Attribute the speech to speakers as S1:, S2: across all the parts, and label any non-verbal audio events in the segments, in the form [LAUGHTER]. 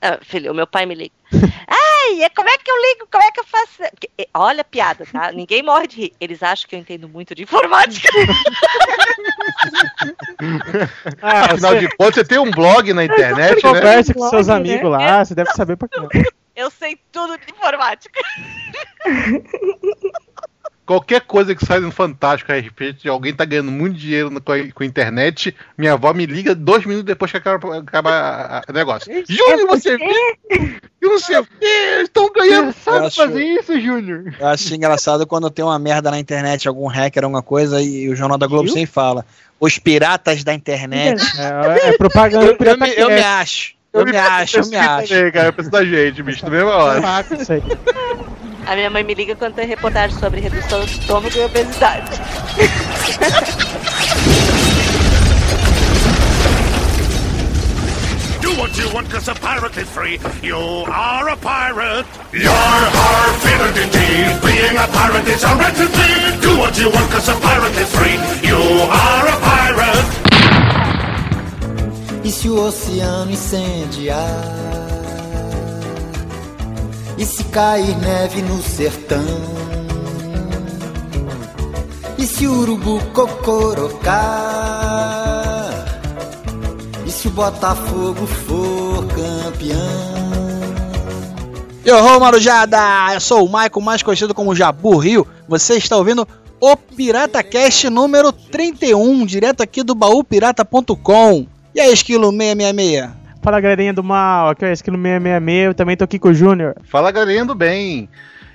S1: Ah, filho, o meu pai me liga. Ai, como é que eu ligo? Como é que eu faço? Porque, eh, Olha a piada, tá?
S2: [LAUGHS]
S1: Ninguém morre de rir. Eles acham que eu entendo muito de informática.
S3: Ah,
S4: [LAUGHS]
S5: [LAUGHS]
S4: Afinal
S3: você
S4: de contas, você tem um blog
S5: É,
S4: na internet, né?
S3: conversa com seus amigos
S2: Ah,
S3: lá, você deve saber pra quê.
S1: Eu sei tudo de informática.
S4: Qualquer coisa que sai no Fantástico a respeito de alguém tá ganhando muito dinheiro no- com a com a internet, minha avó me liga dois minutos depois que acaba, acaba a- a- o negócio.
S5: é
S4: Júnior, você viu? Eu não sei o quê, eles estão ganhando só
S5: Eu
S4: pra
S5: acho-
S4: fazer isso, Júnior.
S5: Eu acho engraçado quando tem uma merda na internet, algum hacker, alguma coisa, e o Jornal da Globo
S3: Viu?
S5: sempre fala. Os piratas da internet.
S3: É, é propaganda
S5: Eu, eu
S3: pirata
S5: me, eu me
S3: quer.
S5: acho. Eu me acho, eu me acho.
S4: Também, cara, eu preciso da gente, bicho, na mesma hora.
S3: Fato, isso aí.
S1: A minha mãe me liga quando tem reportagem sobre redução do estômago e obesidade.
S6: Do what you want, cause a pirate is free. You are a pirate. You're our favorite indeed. Being a pirate is a right to be. Do what you want, cause a pirate is free. You are a pirate.
S7: E se o oceano incendiar? E se cair neve no sertão? E se o urubu cocorocar? E se o Botafogo for campeão?
S5: Eu rou, Marujada! Eu sou o Maicon, mais conhecido como Jabu Rio. Você está ouvindo o PirataCast número 31, direto aqui do baúpirata.com. E aí, esquilo 666?
S3: Fala galerinha do mal, aqui é o Esquilo 666, eu também tô aqui com o Júnior.
S4: Fala, galerinha do bem.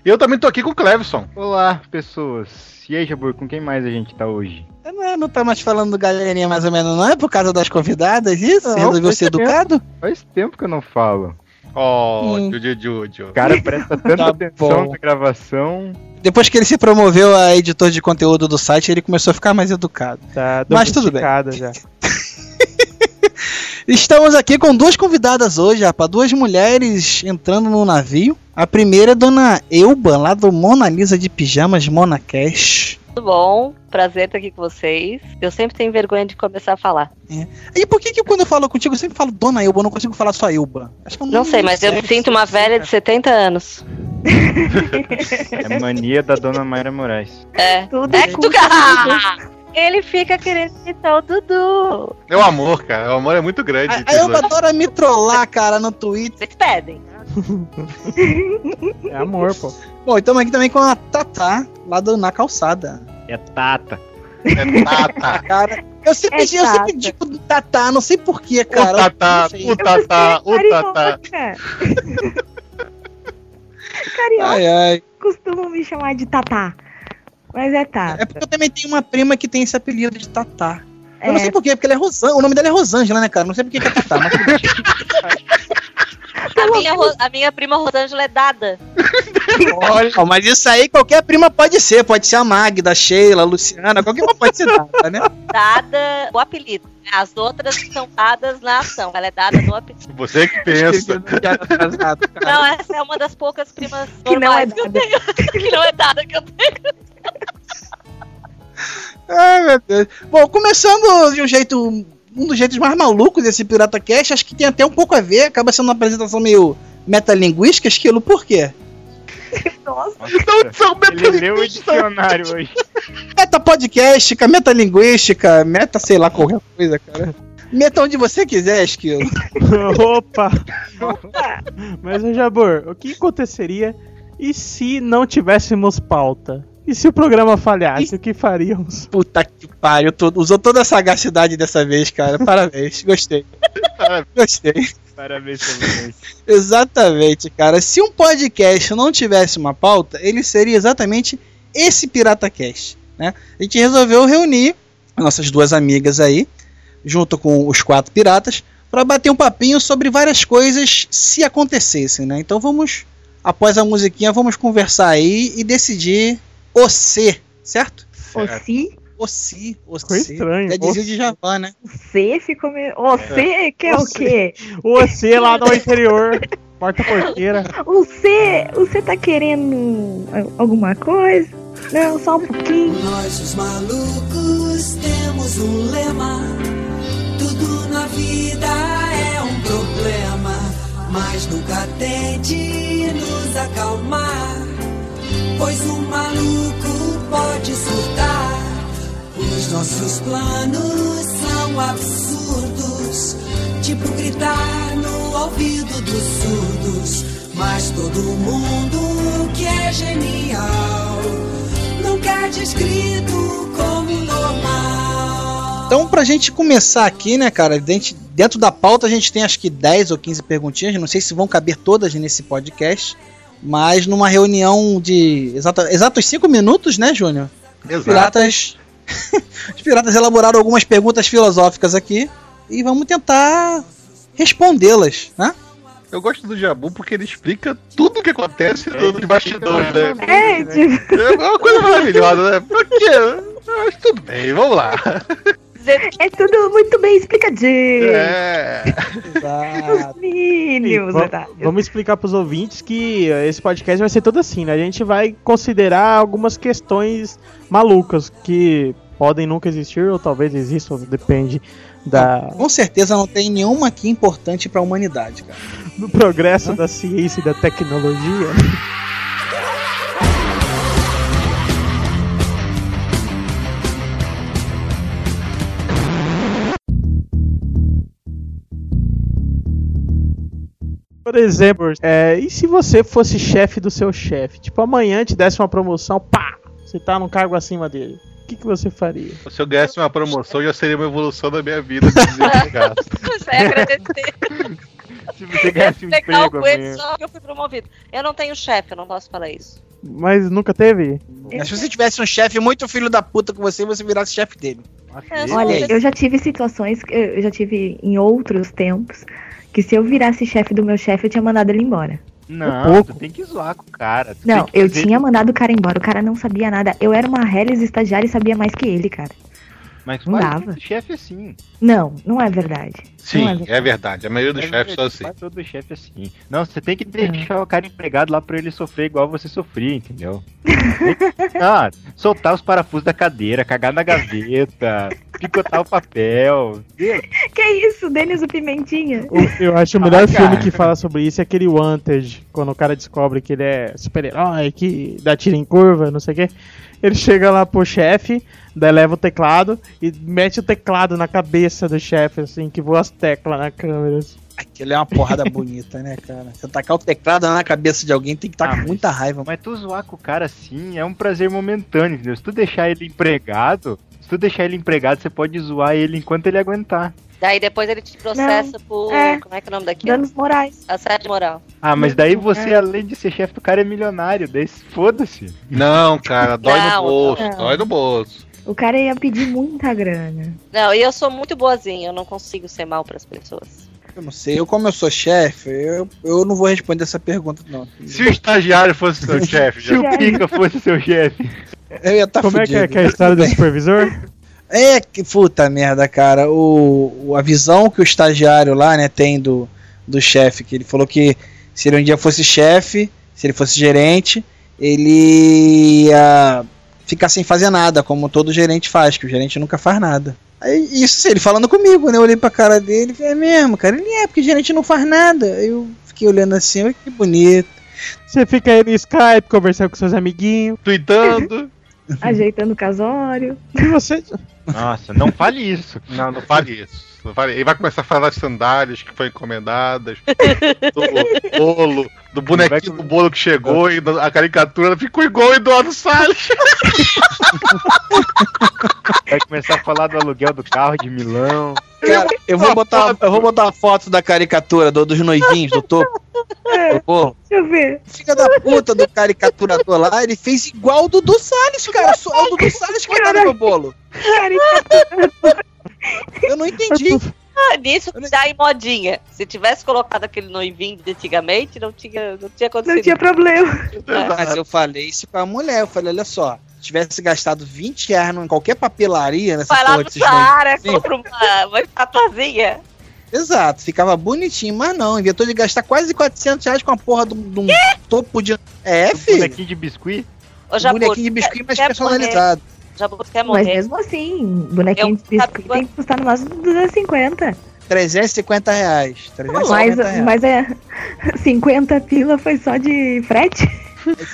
S4: Eu também tô aqui com o Clevson.
S8: Olá, pessoas. E aí, Jabur, com quem mais a gente tá hoje?
S5: Não, não tá mais falando galerinha mais ou menos, não é? Por causa das convidadas, isso?
S8: Não,
S5: Resolveu ser
S8: foi
S5: educado?
S8: Faz tempo que eu não falo.
S4: Ó,
S5: Hum.
S4: Júlio, Júlio.
S8: O [LAUGHS] cara presta tanta
S5: Tá
S8: atenção
S5: bom.
S8: na gravação.
S5: Depois que ele se promoveu a editor de conteúdo do site, ele começou a ficar mais educado.
S3: Tá
S5: Mas tudo bem.
S3: domesticado Já.
S5: Estamos aqui com duas convidadas hoje, rapaz. Duas mulheres entrando no navio. A primeira é Dona Elba, lá do Mona Lisa de Pijamas, Mona Cash.
S1: Tudo bom? Prazer estar aqui com vocês. Eu sempre tenho vergonha de começar a falar.
S5: E por que que quando eu falo contigo, eu sempre falo Dona Elba, eu não consigo falar só Elba? Acho que eu
S1: Não sei, mas eu me sinto uma velha de 70 anos.
S8: É mania da dona Mayra Moraes.
S1: É.
S2: Tudo
S1: É que tu. Ah!
S2: Ele fica querendo imitar o Dudu.
S4: É o amor, cara. O amor é muito grande.
S5: A, a Elba adora me trollar, cara, no Twitter.
S1: Vocês pedem.
S3: É amor, pô. [LAUGHS]
S5: Bom, estamos aqui também com a Tatá, lá do, na calçada.
S8: É Tata.
S4: É tata.
S5: Cara, eu sempre,
S2: É
S5: eu sempre
S2: Tata.
S5: digo Tatá, não sei porquê,
S4: O
S5: cara.
S4: tatá,
S5: Não sei.
S4: o tatá, o tatá.
S2: né? [LAUGHS] Carioca
S5: Ai, ai.
S2: costumam me chamar de Tatá. Mas é Tata.
S5: É porque eu também tenho uma prima que tem esse apelido de Tatá. Eu não
S2: É.
S5: sei porquê, porque ela é Rosângela. O nome dela é Rosângela, né, cara? Não sei porque que é Tatá, mas tudo bem.
S1: A minha, Ro- a minha prima Rosângela é dada.
S4: Olha,
S5: Ó, [LAUGHS] mas isso aí qualquer prima pode ser. Pode ser a Magda, a Sheila, a Luciana, qualquer uma pode ser Tata, [LAUGHS] né?
S1: Dada, o apelido. né? As outras são dadas na ação. Ela é dada no apelido.
S4: você que pensa.
S1: Não, essa é uma das poucas primas
S2: Que não é
S1: normais que eu
S2: dada.
S1: tenho. Que não é dada que eu tenho.
S5: Ai, meu Deus. Bom, começando de um jeito. Um dos jeitos mais malucos desse Pirata Cast, acho que tem até um pouco a ver, acaba sendo uma apresentação meio metalinguística, esquilo, por quê?
S2: Nossa,
S4: Não são
S8: Ele leu o
S4: metalinguistas.
S8: dicionário hoje.
S5: [LAUGHS] Meta podcastica, metalinguística, meta sei lá qualquer coisa, cara. Meta onde você quiser, esquilo.
S3: Opa! Mas, ô Jabor, o que aconteceria e se não tivéssemos pauta? E se o programa falhasse, o que faríamos?
S5: Puta que pariu, tu usou toda a sagacidade dessa vez, cara. Parabéns, gostei. Gostei.
S8: Parabéns pelo isso.
S5: Exatamente, cara. Se um podcast não tivesse uma pauta, ele seria exatamente esse PirataCast, né? A gente resolveu reunir nossas duas amigas aí, junto com os quatro piratas, para bater um papinho sobre várias coisas se acontecessem, né? Então vamos, após a musiquinha, vamos conversar aí e decidir o C, certo?
S2: o Si,
S5: O C, o C.
S3: Ficou estranho.
S5: Já dizia
S3: O
S5: o Djavan, né?
S2: o C ficou meio. O C que é
S3: O
S2: o quê?
S3: Você lá no interior, porta-porteira.
S2: O C, o C tá querendo alguma coisa? Não, só um pouquinho.
S7: Nós os malucos temos um lema. Tudo na vida é um problema. mas nunca tente nos acalmar, pois o maluco pode surtar. Os nossos planos são absurdos, tipo gritar no ouvido dos surdos. Mas todo mundo que é genial nunca é descrito como normal.
S5: Então, pra gente começar aqui, né, cara, dentro, dentro da pauta a gente tem acho que 10 ou 15 perguntinhas, não sei se vão caber todas nesse podcast, mas numa reunião de exata, exatos 5 minutos, né, Júnior? Os piratas, [LAUGHS] os piratas elaboraram algumas perguntas filosóficas aqui e vamos tentar respondê-las, né?
S4: Eu gosto do Jabu porque ele explica tudo o que acontece nos bastidores, né?
S2: É, tipo,
S4: É uma coisa maravilhosa, né? Por quê? Mas tudo bem, vamos lá.
S2: é tudo muito bem explicadinho.
S4: É.
S5: Exato.
S2: Mínimos,
S3: Va-
S2: detalhes.
S3: Vamos explicar pros ouvintes que eh, esse podcast vai ser todo assim, né? A gente vai considerar algumas questões malucas que podem nunca existir ou talvez existam, depende da,
S5: Com certeza não tem nenhuma aqui importante pra humanidade, cara.
S3: do progresso da ciência e da tecnologia. Por exemplo, é, e se você fosse chefe do seu chefe? Tipo, amanhã te desse uma promoção, pá! Você tá num cargo acima dele. O que, que você faria?
S4: [LAUGHS] Se eu ganhasse uma promoção, já seria uma evolução da minha vida. de desempregado.
S1: É agradecer.
S8: Se você ganhasse
S1: [LAUGHS]
S8: um
S1: Legal
S8: emprego
S1: com esse
S8: amanhã.
S1: só que eu fui promovido. Eu não tenho chefe, eu não posso falar isso.
S3: Mas nunca teve?
S5: Mas se você tivesse um chefe muito filho da puta com você, você virasse chefe dele.
S1: Eu sou
S2: Olha,
S1: chefe.
S2: eu já tive situações, que- eu já tive em outros tempos, que se eu virasse chefe do meu chefe, eu tinha mandado ele embora.
S8: Não,
S3: pouco.
S8: tu tem que zoar com o cara. tu
S2: Não,
S8: tem que
S2: eu
S8: dizer-
S2: tinha mandado o cara embora, o cara não sabia nada. Eu era uma reles estagiária e sabia mais que ele, cara.
S8: Mas
S2: Não
S8: quase
S2: dava.
S8: todo chefe é assim.
S2: Não, não é verdade. [LAUGHS]
S4: Sim, é verdade. A maioria dos chefes são assim.
S8: Quase todo chefe é assim. Não, você tem que deixar o cara empregado lá pra ele sofrer igual você sofria, entendeu? Tem que- [LAUGHS] ah, soltar os parafusos da cadeira, cagar na gaveta, picotar o papel. Meu,
S2: Que isso, Denis o Pimentinha?
S3: O- Eu acho o melhor
S8: Ah, cara.
S3: filme que fala sobre isso é aquele Wanted, quando o cara descobre que ele é super-herói, que dá tiro em curva, não sei o quê. Ele chega lá pro chefe, daí leva o teclado e mete o teclado na cabeça do chefe, assim, que voa as teclas na câmera. assim.
S5: Aquilo é uma porrada [LAUGHS] bonita, né, cara? Você tacar o teclado na cabeça de alguém tem que estar
S8: Ah,
S5: com
S8: mas-
S5: muita raiva.
S8: Mas tu zoar com o cara assim é um prazer momentâneo, entendeu? Se tu deixar ele empregado, se tu deixar ele empregado, você pode zoar ele enquanto ele aguentar.
S1: Daí depois ele te processa por.
S2: é.
S1: Como é que é o nome daquilo?
S2: Danos morais.
S1: Assédio moral.
S8: Ah, mas daí
S2: Muito
S4: é.
S8: você,
S2: bom.
S8: além de ser chefe do cara, é milionário. Daí foda-se.
S4: Não, cara, dói
S1: Não,
S4: no bolso.
S2: não.
S4: Dói no bolso.
S2: O cara ia pedir muita grana.
S1: Não, e eu sou muito boazinha, eu não consigo ser mal pras pessoas.
S5: Eu não sei, eu como eu sou chefe, eu, eu não vou responder essa pergunta, não.
S4: Se o estagiário fosse [LAUGHS] seu chefe,
S8: Se
S4: já...
S8: o Pica fosse seu chefe.
S5: Eu ia estar tá
S3: Como é que, é
S5: fudido.
S3: que é a história do supervisor?
S5: É que puta merda, cara. O, o- a visão que o estagiário lá, né, tem do, do chefe, que ele falou que se ele um dia fosse chefe, se ele fosse gerente, ele ia ficar sem fazer nada, como todo gerente faz, que o gerente nunca faz nada. Aí, isso ele falando comigo, né? Eu olhei pra cara dele, falei, é mesmo, cara, ele é, porque gerente não faz nada. Eu fiquei olhando assim, olha que bonito.
S3: Você fica aí no Skype conversando com seus amiguinhos.
S4: tweetando.
S2: Ajeitando o casório.
S3: E você.
S8: Nossa, não fale isso.
S4: Não, não fale isso. Não fale. Ele vai começar a falar das sandálias que foram encomendadas, do bolo, do bonequinho do bolo que chegou e da- a caricatura ficou igual o Eduardo Salles. [LAUGHS]
S8: Vai começar a falar do aluguel do carro de Milão.
S5: Cara, eu vou botar, eu vou botar a foto da caricatura do- dos noivinhos do [LAUGHS] topo. Eu vou.
S2: Deixa eu ver.
S5: filha da puta do caricaturador lá, ele fez igual o Dudu Salles, cara. Só- É o Dudu Salles que vai estar no meu bolo. Eu não entendi.
S1: Ah, nisso dá em modinha. Se tivesse colocado aquele noivinho de antigamente, não tinha, não tinha acontecido.
S2: Não tinha problema.
S5: Mas eu falei isso pra mulher. Eu falei, olha só, se tivesse gastado 20 reais em qualquer papelaria nessa
S1: Vai lá
S5: porra
S1: no
S5: desses noivos.
S1: Saara,
S5: Sim.
S1: compra uma, uma estatuazinha.
S5: Exato, ficava bonitinho, mas não, inventou de gastar quase 400 reais com a porra de um de um topo de. É, filho.
S8: Bonequinho de biscuit.
S1: Ô,
S5: Um
S1: Jabu,
S5: bonequinho de biscuit mais
S1: quer
S5: personalizado.
S1: Jabu, tu quer
S2: Mas
S1: morrer?
S2: mesmo assim, bonequinho
S1: Eu-
S2: de biscuit tem que custar no máximo 250.
S5: 350 reais. 350
S2: Mas,
S5: reais.
S2: mas é [LAUGHS] 50 pila foi só de frete?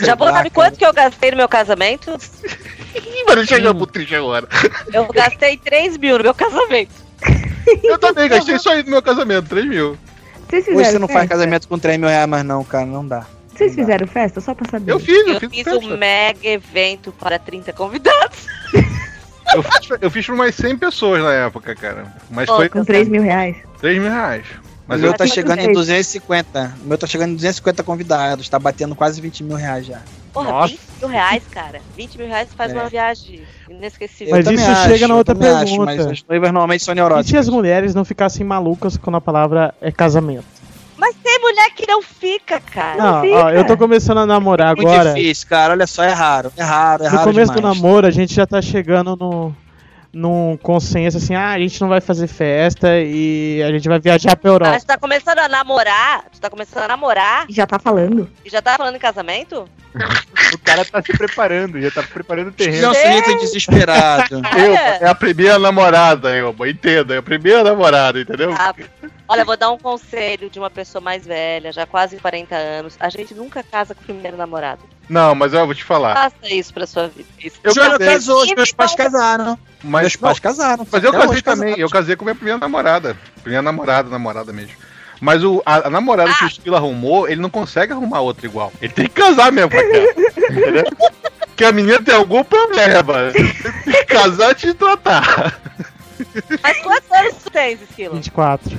S1: Já vou sabe quanto que eu gastei no meu casamento?
S4: Ih, mano, chegamos pro triste agora.
S1: Eu gastei 3 mil no meu casamento.
S4: Eu também gastei só isso no meu casamento, 3 mil.
S2: Vocês fizeram
S5: Hoje você não faz
S2: festa?
S5: casamento com 3 mil reais mais não, cara. Não dá.
S2: Vocês
S5: não dá.
S2: fizeram festa? Só pra saber.
S4: Eu fiz, eu,
S1: Eu
S4: fiz,
S1: fiz
S4: festa.
S1: um mega evento para 30 convidados. [LAUGHS]
S4: Eu fiz, eu fiz pra umas 100 pessoas na época, cara. Mas
S1: Ó,
S4: foi
S2: Com 3 mil reais.
S4: 3 mil reais.
S5: Mas
S4: Mas
S5: o meu
S4: eu,
S5: tá
S2: Mas
S5: chegando em
S2: vocês-
S5: 250. O meu tá chegando em 250 convidados. Tá batendo quase 20 mil reais já.
S1: Porra,
S3: Nossa.
S1: 20 mil reais, cara. 20 mil reais faz
S5: É.
S1: uma viagem
S5: Eu
S1: inesquecível.
S3: Mas
S5: também
S3: isso chega na
S5: eu
S3: outra
S5: também Acho,
S3: pergunta.
S5: mas as noivas normalmente são
S3: E se
S5: neuróticas.
S3: as mulheres não ficassem malucas quando a palavra é casamento?
S1: Mas tem mulher que não fica, cara.
S3: Não,
S2: fica.
S3: ó, eu tô começando a namorar
S5: Muito
S3: agora.
S5: difícil, cara. Olha só, é raro. É raro, é
S3: No
S5: raro
S3: começo do
S5: demais.
S3: namoro, a gente já tá chegando no num consenso assim, ah, a gente não vai fazer festa e a gente vai viajar pra Europa.
S1: Mas tu tá começando a namorar, tu tá começando a namorar
S2: Já tá falando?
S1: e já tá falando em casamento?
S8: O cara tá se preparando, já tá preparando o terreno.
S5: Não fica é
S3: [LAUGHS]
S5: desesperado.
S4: eu,
S1: Olha.
S4: é a primeira namorada, eu entenda. É a primeira namorada, entendeu?
S1: Ah, olha, vou dar um conselho de uma pessoa mais velha, já quase 40 anos. A gente nunca casa com o primeiro namorado.
S4: Não, mas eu vou te falar.
S5: Ah.
S1: Faça isso pra sua vida. Isso.
S4: Eu
S5: Júnior
S4: casei.
S5: casou, os meus pais
S1: Então-
S5: casaram. meus
S4: Mas,
S5: pais casaram.
S4: mas eu
S5: Até
S4: casei
S5: hoje
S4: também.
S5: casados.
S4: Eu casei com minha primeira namorada. Primeira namorada, namorada mesmo. Mas o, a, a namorada
S1: Ah.
S4: que o Esquilo arrumou, ele não consegue arrumar outra igual. Ele tem que casar mesmo com aquela. Entendeu? Porque a menina tem algum problema. Tem que casar antes de tratar.
S1: Mas quantos anos tu tens,
S5: [LAUGHS]
S1: Esquilo?
S3: 24.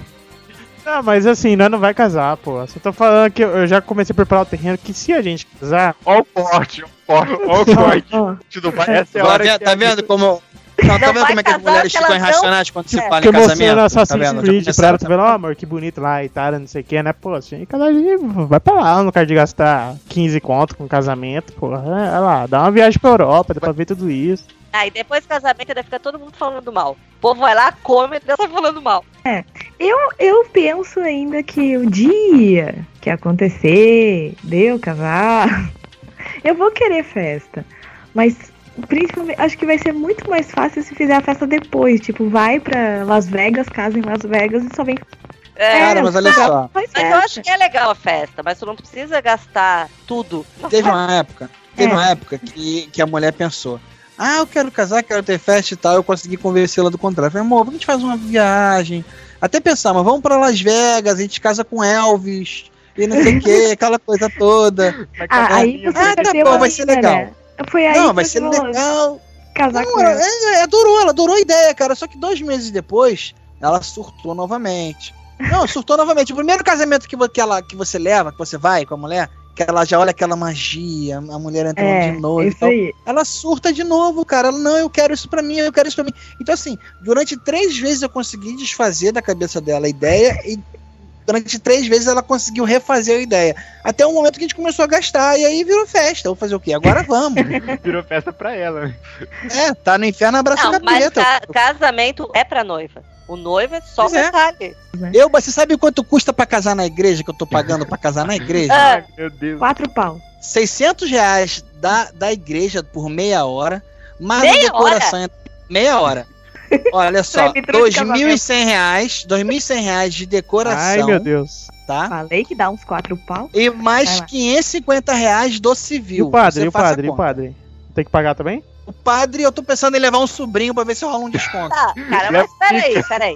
S3: Ah, mas assim, nós não vai casar, pô. Só tô falando que eu, eu já comecei a preparar o terreno que se a gente casar,
S4: Olha o corte, olha o corte, olha o corte.
S2: Ó,
S4: do ba-
S8: Essa é a
S5: Tá
S8: hora
S5: vendo-
S8: que
S5: tá
S8: a-
S5: vendo como. Não, tá
S1: Não
S5: vendo
S1: vai
S5: como é que as
S1: casar
S5: mulheres
S1: se
S5: ficam
S1: elas não
S5: irracionando quando se
S1: quiserem.
S5: fala em
S3: que
S5: casamento?
S3: emociona
S5: Tá
S3: Assassin's
S5: vendo?
S3: Creed
S5: Já
S3: pra ela,
S5: começaram,
S3: tá
S5: tá
S3: vendo, ó, amor, que bonito lá, Itália, não sei o que, né? Pô, se a gente casar, a gente vai pra lá, não quero de gastar 15 conto com casamento, porra. É, Olha lá, dá uma viagem pra Europa, dá pra ver tudo isso.
S1: Aí depois do casamento ainda fica todo mundo falando mal. O povo vai lá, come e ainda tá falando mal.
S2: eu penso ainda que o dia que acontecer, deu casar, [LAUGHS] eu vou querer festa. Mas principalmente, acho que vai ser muito mais fácil se fizer a festa depois. Tipo, vai pra Las Vegas, casa em Las Vegas e só vem.
S1: É.
S5: Cara, mas olha
S2: faz-
S5: só.
S2: faz
S1: Mas
S2: festa.
S1: eu acho que é legal a festa, mas tu não precisa gastar tudo.
S5: Teve uma época, teve
S2: É.
S5: uma época que, que a mulher pensou. Ah, eu quero casar, quero ter festa e tal. Eu consegui convencê-la do contrário. Eu Falei, amor, vamos fazer uma viagem. Até pensar, mas vamos pra Las Vegas, a gente casa com Elvis e não sei o
S2: [LAUGHS]
S5: que, aquela coisa toda.
S8: vai
S2: Ah,
S8: casar
S2: aí
S8: minha,
S2: você
S5: Ah, tá
S2: perdeu
S5: bom,
S2: a
S5: vai ser
S2: vida,
S5: legal.
S2: né? Foi aí
S5: não,
S2: que
S5: vai ser
S2: você falou,
S5: legal.
S2: Casar
S5: Não,
S2: com
S5: ela,
S2: ela.
S5: é, é, adorou, ela adorou a ideia, cara. Só que dois meses depois, ela surtou novamente. Não, surtou novamente. O primeiro casamento que, vo- que, ela, que você leva, que você vai com a mulher, que ela já olha aquela magia, a mulher entrando
S2: É,
S5: de então. novo. e
S2: isso
S5: tal.
S2: aí.
S5: Ela surta de novo, cara. Ela, não, eu quero isso pra mim, eu quero isso pra mim. Então, assim, durante três vezes eu consegui desfazer da cabeça dela a ideia e durante três vezes ela conseguiu refazer a ideia. Até o momento que a gente começou a gastar e aí virou festa. Vou fazer o quê? Agora vamos.
S8: Virou festa pra ela. né?
S5: é, tá no inferno, abraça
S1: Não,
S5: o
S1: mas tá,
S5: capeta.
S1: ca- casamento é pra noiva. O noivo é só
S5: Pois é.
S1: detalhe.
S5: Eu, você sabe quanto custa pra casar na igreja que eu tô pagando pra casar na igreja?
S1: Ah,
S8: Ai, meu Deus.
S2: Quatro pau.
S5: 600 reais da, da igreja por meia hora, mais
S1: Meia
S5: a decoração. é Meia hora. Olha só,
S2: [LAUGHS] Pra mim, trouxe
S5: 2.100 reais, 2.100 reais de decoração,
S3: Ai, meu Deus.
S5: tá?
S2: Falei que dá uns quatro pau.
S5: E
S2: Vai
S5: mais
S2: lá.
S5: 550 reais do
S3: E
S5: civil.
S3: o padre,
S5: Você
S3: e o
S5: faça a
S3: padre, e o
S5: conta.
S3: padre? Tem que pagar também?
S5: O padre, eu tô pensando em levar um sobrinho pra ver se rola um
S2: [LAUGHS]
S5: desconto.
S1: Tá, cara, mas peraí, peraí.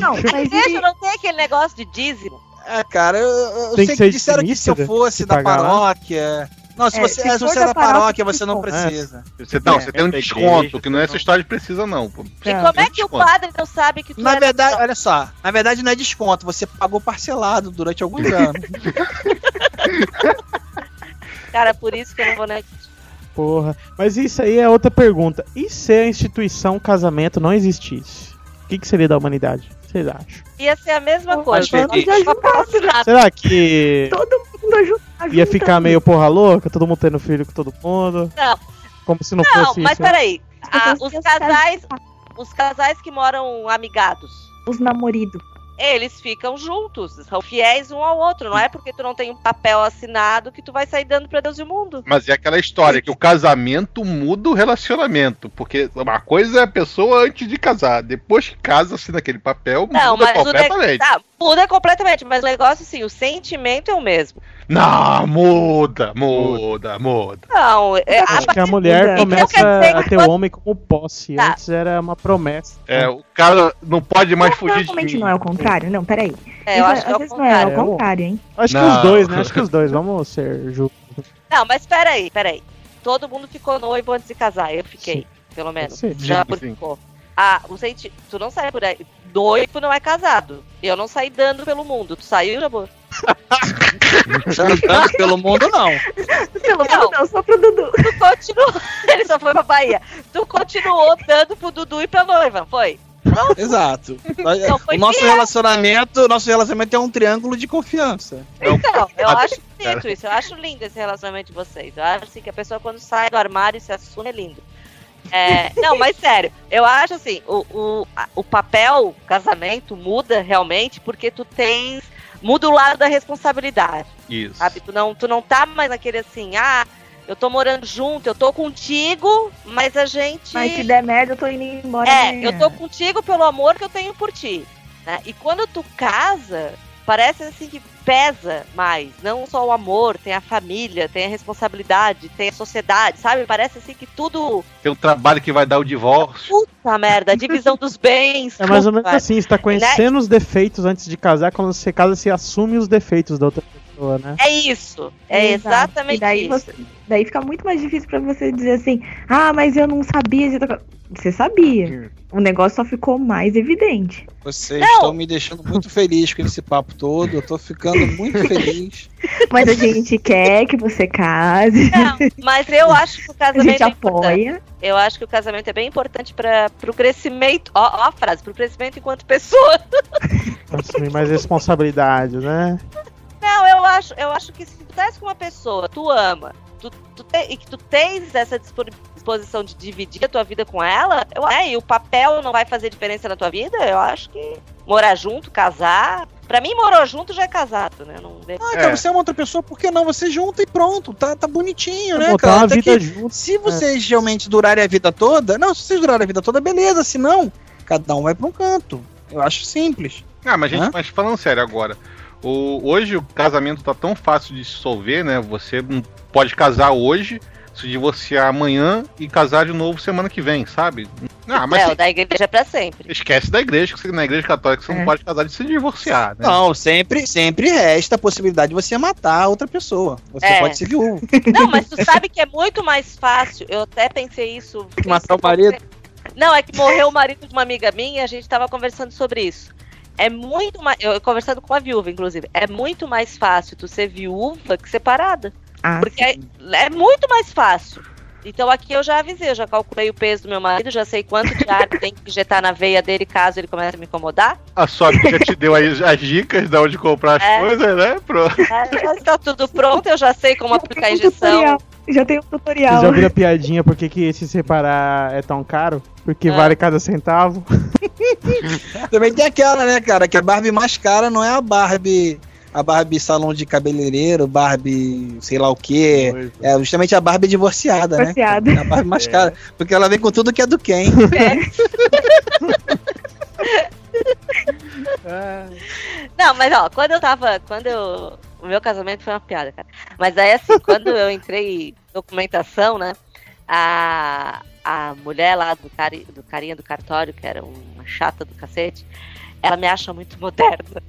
S2: Não, mas
S1: Veja,
S2: ele...
S1: não tem aquele negócio de dízimo.
S5: Ah, cara, eu, eu
S3: Tem que
S5: sei que,
S3: ser
S5: disseram que se eu
S3: extremista
S5: fosse
S3: se
S5: da
S3: pagar lá?
S5: paróquia... Não, se
S2: É,
S5: você
S2: se
S5: é, se
S2: for
S5: você é
S2: da
S5: da
S2: paróquia, É.
S5: paróquia, você não
S2: ficou.
S5: precisa.
S8: Você
S4: Não,
S8: tá-
S4: você tem um
S8: da igreja,
S4: desconto, que não é essa
S8: você
S4: história de precisa, não. pô.
S1: E
S3: É,
S1: como é
S4: tem
S1: que o
S4: desconto.
S1: padre não sabe que tu
S5: Na
S1: é
S5: verdade, olha só, na verdade não é desconto, você pagou parcelado durante
S3: [LAUGHS]
S5: alguns anos.
S1: Cara, por isso que eu não vou na igreja.
S3: Porra. Mas isso aí é outra pergunta. E se a instituição casamento não existisse? O que, que seria da humanidade? Vocês acham?
S1: Ia ser a mesma
S2: Mas
S1: coisa.
S5: perdi.
S1: Só passar. [LAUGHS]
S3: Será que
S2: Todo mundo tá ajudar.
S3: ia ficar meio porra louca, todo mundo tendo filho com todo mundo?
S1: Não.
S3: Como se não,
S1: Não,
S3: fosse
S1: mas
S3: isso. né?
S1: peraí.
S2: pessoas
S1: Ah, os
S2: pensam-
S1: casais, os casais que moram amigados.
S2: Os namoridos.
S1: eles ficam juntos, são fiéis um ao outro. Não é porque tu não tem um papel assinado que tu vai sair dando pra Deus e o mundo.
S4: Mas é aquela história que o casamento muda o relacionamento. Porque uma coisa é a pessoa antes de casar, depois que casa, assina aquele papel,
S1: Não,
S4: muda
S1: mas o negócio.
S4: completamente.
S1: Tá, muda completamente, mas o negócio, assim, o sentimento é o mesmo.
S4: Não, muda, muda, muda.
S1: Não, é, a
S3: Acho que
S1: partir-
S3: a mulher
S2: Então
S3: começa
S1: quer dizer
S3: a
S1: que
S3: ter o
S1: quando-
S3: homem como posse.
S1: Tá.
S3: Antes era uma promessa.
S4: É, o cara não pode mais fugir de
S2: Normalmente
S4: mim.
S2: não é o contrário. Não, peraí.
S1: é, eu
S2: Isso
S1: acho que é
S2: às
S1: o
S2: vezes não é
S1: contrário.
S2: ao contrário,
S1: [LAUGHS]
S2: hein?
S3: Acho que
S4: Não.
S3: os dois, né? Acho que os dois. Vamos ser justos.
S1: Não, mas peraí, peraí. Todo mundo ficou noivo antes de casar. Eu fiquei, pelo menos.
S3: Sim.
S1: Já
S4: Sim,
S1: por
S4: sim.
S1: ficou. Ah, o senti... tu não sai por aí. Noivo não é casado. Eu não saí dando pelo mundo. Tu saiu, amor?
S5: Andando pelo mundo, não.
S2: Pelo amor de Deus, só pro Dudu.
S1: Tu continuou. [LAUGHS] Ele só foi pra Bahia. Tu continuou dando pro Dudu e pra noiva, foi?
S5: Exato.
S1: Então foi
S5: o nosso
S1: fiel.
S5: relacionamento, nosso relacionamento é um triângulo de confiança.
S1: Então, eu
S4: Cara.
S1: acho bonito isso. Eu acho lindo esse relacionamento de vocês. Eu acho assim que a pessoa quando sai do armário e se assume é lindo. É, não, mas sério, eu acho assim, o, o, a- o papel o casamento muda realmente porque tu tens. Muda o lado da responsabilidade.
S4: Isso.
S1: Sabe? Tu não, tu não tá mais naquele assim, ah, eu tô morando junto, eu tô contigo, mas a gente.
S2: Mas se der merda, eu tô indo embora.
S1: É,
S2: né?
S1: eu tô contigo pelo amor que eu tenho por ti. né? E quando tu casa, parece assim que pesa mais. Não só o amor, tem a família, tem a responsabilidade, tem a sociedade, sabe? Parece assim que tudo.
S4: Tem um trabalho que vai dar o divórcio.
S1: Puta merda, a divisão
S2: [LAUGHS]
S1: dos bens.
S3: É mais ou menos
S1: cara.
S3: assim, você tá conhecendo os defeitos antes de casar, quando você casa, você assume os defeitos da outra pessoa, né?
S1: É isso. É
S2: Exato.
S1: exatamente
S2: E daí,
S1: isso.
S2: você- daí fica muito mais difícil pra você dizer assim, ah, mas eu não sabia. de outra co-". Você sabia. O negócio só ficou mais evidente.
S5: Vocês
S1: Não.
S5: estão me deixando muito feliz com esse papo todo. Eu tô ficando muito feliz.
S2: Mas a gente quer que você case,
S1: Não, mas eu acho que o
S2: [LAUGHS] a
S1: casamento
S2: gente
S1: é importante.
S2: apoia.
S1: Eu acho que o casamento é bem importante para pro crescimento. Ó, ó a frase, pro crescimento enquanto pessoa. [LAUGHS]
S3: Assumir mais responsabilidade, né?
S1: Não, eu acho, eu acho que se tu estás com uma pessoa, tu ama, tu, tu te- e que tu tens essa dispo- disposição de dividir a tua vida com ela, eu, é, e o papel não vai fazer diferença na tua vida, eu acho que morar junto, casar. Pra mim, morou junto já é casado, né? Não vê-
S5: [LAUGHS] Ah, cara,
S4: É.
S5: você é uma outra pessoa, por que não? Você junta e pronto. Tá, tá bonitinho, né,
S3: Botar
S5: cara?
S3: uma
S5: Até
S3: vida
S5: que-
S3: junto. É.
S5: se vocês realmente durarem a vida toda. Não, se vocês durarem a vida toda, beleza. Se não, cada um vai pra um canto. Eu acho simples.
S4: Ah, mas gente,
S5: Hã?
S4: mas falando sério agora, o- hoje o casamento tá tão fácil de dissolver, né? Você não pode casar hoje, se divorciar amanhã e casar de novo semana que vem, sabe? Ah, mas
S1: é,
S4: se-
S1: o da igreja é pra sempre.
S4: esquece da igreja, que você- na igreja católica você
S2: É.
S4: não pode casar de se divorciar,
S3: É.
S4: né?
S5: Não, sempre, sempre resta a possibilidade de você matar a outra pessoa. Você
S1: É.
S5: pode ser viúvo.
S1: Não, mas tu sabe que é muito mais fácil. Eu até pensei isso.
S5: Matar o marido.
S1: Não, é que morreu o marido de uma amiga minha e a gente tava conversando sobre isso. É muito mais. Eu conversando com a viúva, inclusive. É muito mais fácil tu ser viúva que separada.
S2: Ah,
S1: Porque é, é muito mais fácil. Então aqui eu já avisei, eu já calculei o peso do meu marido, já sei quanto de ar [LAUGHS] tem que injetar na veia dele caso ele comece a me incomodar.
S4: A sua amiga te deu aí as dicas de onde comprar as
S1: É.
S4: coisas, né? Pronto.
S1: É, já Tá tudo pronto, eu já sei como
S2: já
S1: aplicar a
S2: tem um
S1: injeção.
S2: tutorial, Já tem um
S3: Vocês já
S2: tutorial.
S3: ouviram a piadinha por que, que se separar é tão caro? Porque
S1: É.
S3: vale cada centavo.
S5: Também tem aquela, né, cara, que a Barbie mais cara não é a Barbie. A Barbie salão de cabeleireiro, Barbie sei lá o quê. É justamente a Barbie divorciada, né?
S1: [LAUGHS]
S2: Divorciada.
S5: É a Barbie
S3: [LAUGHS]
S5: mais cara. Porque ela vem com tudo que é do Ken.
S1: Não, mas ó, quando eu tava. Quando eu. O meu casamento foi uma piada, cara. Mas aí, assim, quando eu entrei em documentação, né? A, a mulher lá do, cari, do carinha do cartório, que era uma chata do cacete, ela me acha muito moderna.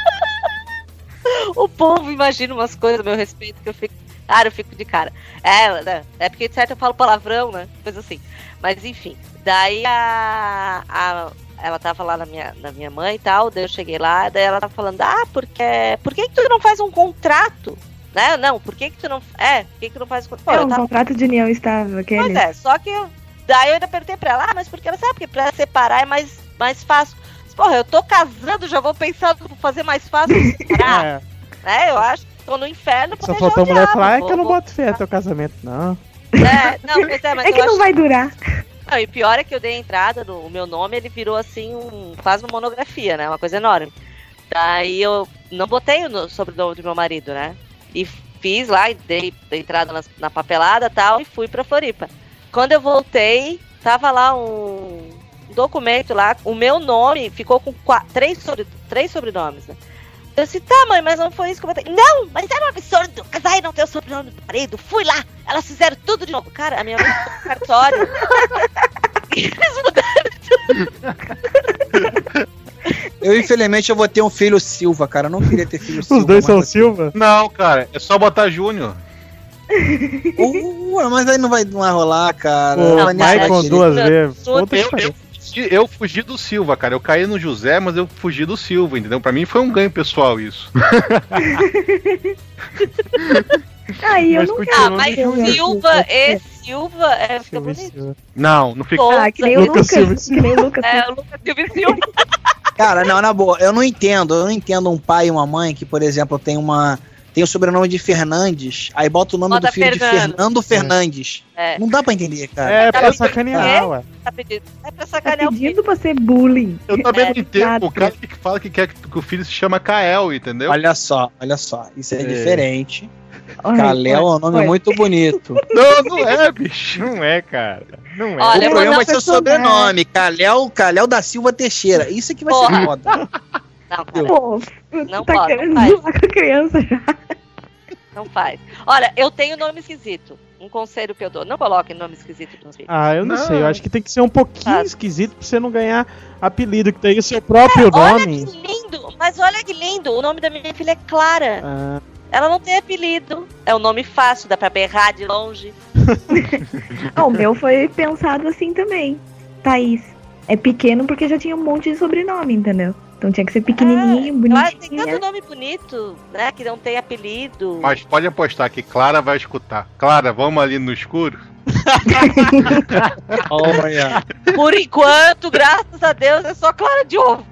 S1: [LAUGHS] o povo imagina umas coisas a meu respeito que eu fico. Cara, eu fico de cara. É, né, é porque de certo eu falo palavrão, né? Coisa assim. Mas enfim. Daí a- a ela tava lá na minha, na minha mãe e tal, daí eu cheguei lá, daí ela tava falando, ah, porque. Por que, que tu não faz um contrato? Né? Não, por que, que tu não. É, por que, que tu não faz um contrato? Pô,
S2: Não,
S1: eu
S2: o
S1: tava-
S2: contrato de união estava,
S1: Pois
S2: aquele.
S1: é, só que eu- daí eu ainda perguntei pra ela, ah, mas porque ela sabe que pra separar é mais, mais fácil. Mas, Porra, eu tô casando, já vou pensar como fazer mais fácil de separar,
S3: [LAUGHS] É,
S1: né? Eu acho que tô no inferno pra
S3: só faltou a mulher falar, é que eu não
S1: vou.
S3: boto fé no teu casamento, não. [LAUGHS]
S1: É, não, pois é, mas
S2: É que
S1: eu
S2: não
S1: acho
S2: vai durar.
S1: Não, e pior é que eu dei a entrada, no, o meu nome, ele virou assim, um, quase uma monografia, né? Uma coisa enorme. Daí eu não botei o no- sobrenome do meu marido, né? E fiz lá, e dei a entrada nas- na, papelada e tal, e fui pra Floripa. Quando eu voltei, tava lá um documento lá, o meu nome ficou com qua- três, sobre, três sobrenomes, né? Eu disse, tá, mãe, mas não foi isso que eu botei. Não, mas era um absurdo. Casar e não ter o sobrenome do marido. Fui lá, elas fizeram tudo de novo. Cara, a minha mãe ficou no cartório. Eles mudaram.
S5: Eu, infelizmente, eu vou ter um filho Silva, cara. Eu não queria ter filho Silva.
S3: Os dois são
S5: mas... é
S3: Silva?
S4: Não, cara, é só botar Júnior.
S5: Uh, mas aí não vai, não vai rolar, cara. é
S3: O
S5: Não vai
S1: é
S5: nem
S3: Michael
S5: rolar
S3: duas
S1: direito.
S3: vezes.
S1: Eu-
S3: Puta que
S4: Eu,
S3: pariu.
S4: eu fugi- eu fugi do Silva, cara. Eu caí no José, mas eu fugi do Silva, entendeu? Pra mim foi um ganho pessoal isso.
S2: Aí eu
S8: Mas
S2: não né?
S8: continua.
S1: Ah, mas
S2: Eu ia
S1: Silva
S2: dizer,
S1: e Silva é, fica
S3: Silva e
S1: bonito.
S3: Silva.
S4: Não, não fica.
S2: Ah, que nem o
S3: Lucas
S2: Lucas.
S3: Silva,
S2: Que nem o Lucas.
S1: [LAUGHS] É, o Lucas Silva e Silva.
S5: Cara, não, na boa, eu não entendo. Eu não entendo um pai e uma mãe que, por exemplo, tem uma. Tem o sobrenome de Fernandes, aí bota o nome
S1: Bota
S5: do filho de
S1: Fernando.
S5: Fernando Fernandes.
S1: É.
S5: Não dá pra entender, cara.
S3: É, pra
S1: Não,
S3: sacanear,
S1: é?
S3: ué.
S1: [LAUGHS] Tá pedindo. É pra
S2: Tá
S1: sacanear o filho.
S2: pedindo pra ser bullying.
S4: Eu também
S1: É,
S4: não entendo. O
S2: exato.
S4: cara que fala que quer que que o filho se chama Kael, entendeu?
S5: Olha só, olha só. Isso é,
S8: É.
S5: diferente.
S2: Olha,
S5: Kalel é um
S2: olha,
S5: nome
S2: olha.
S5: muito bonito.
S4: Não, não é, bicho.
S8: Não é, cara. Não
S1: Olha,
S8: é.
S5: o
S1: mas
S5: problema
S1: não
S5: vai ser o
S2: personagem.
S5: sobrenome. Kalel, Kalel da Silva Teixeira. Isso é que vai ser
S1: Porra.
S5: foda.
S1: Não, cara,
S2: Pô,
S1: Não
S2: tá
S1: pode, não
S2: querendo
S1: faz.
S2: zoar com a criança já.
S1: não faz. Olha, eu tenho nome esquisito. Um conselho que eu dou. Não coloque nome esquisito nos filhos.
S3: Ah, eu não,
S4: Não.
S3: sei. Eu acho que tem que ser um pouquinho
S1: Ah.
S3: esquisito pra você não ganhar apelido, que daí o seu próprio
S1: É, Olha
S3: nome.
S1: que lindo, mas olha que lindo. O nome da minha filha é Clara.
S3: Ah,
S1: Ela não tem apelido. É um nome fácil, dá pra berrar de longe.
S2: Ah, o meu foi pensado assim também. Thaís. É pequeno porque já tinha um monte de sobrenome, entendeu? Então tinha que
S1: É,
S2: ser pequenininho,
S1: Ela tem
S2: bonitinho.
S1: tanto nome bonito, né? Que não tem apelido.
S4: Mas pode apostar que Clara vai escutar. Clara, vamos ali no escuro?
S5: [LAUGHS] Olha.
S1: Por enquanto, graças a Deus, é só Clara de ovo.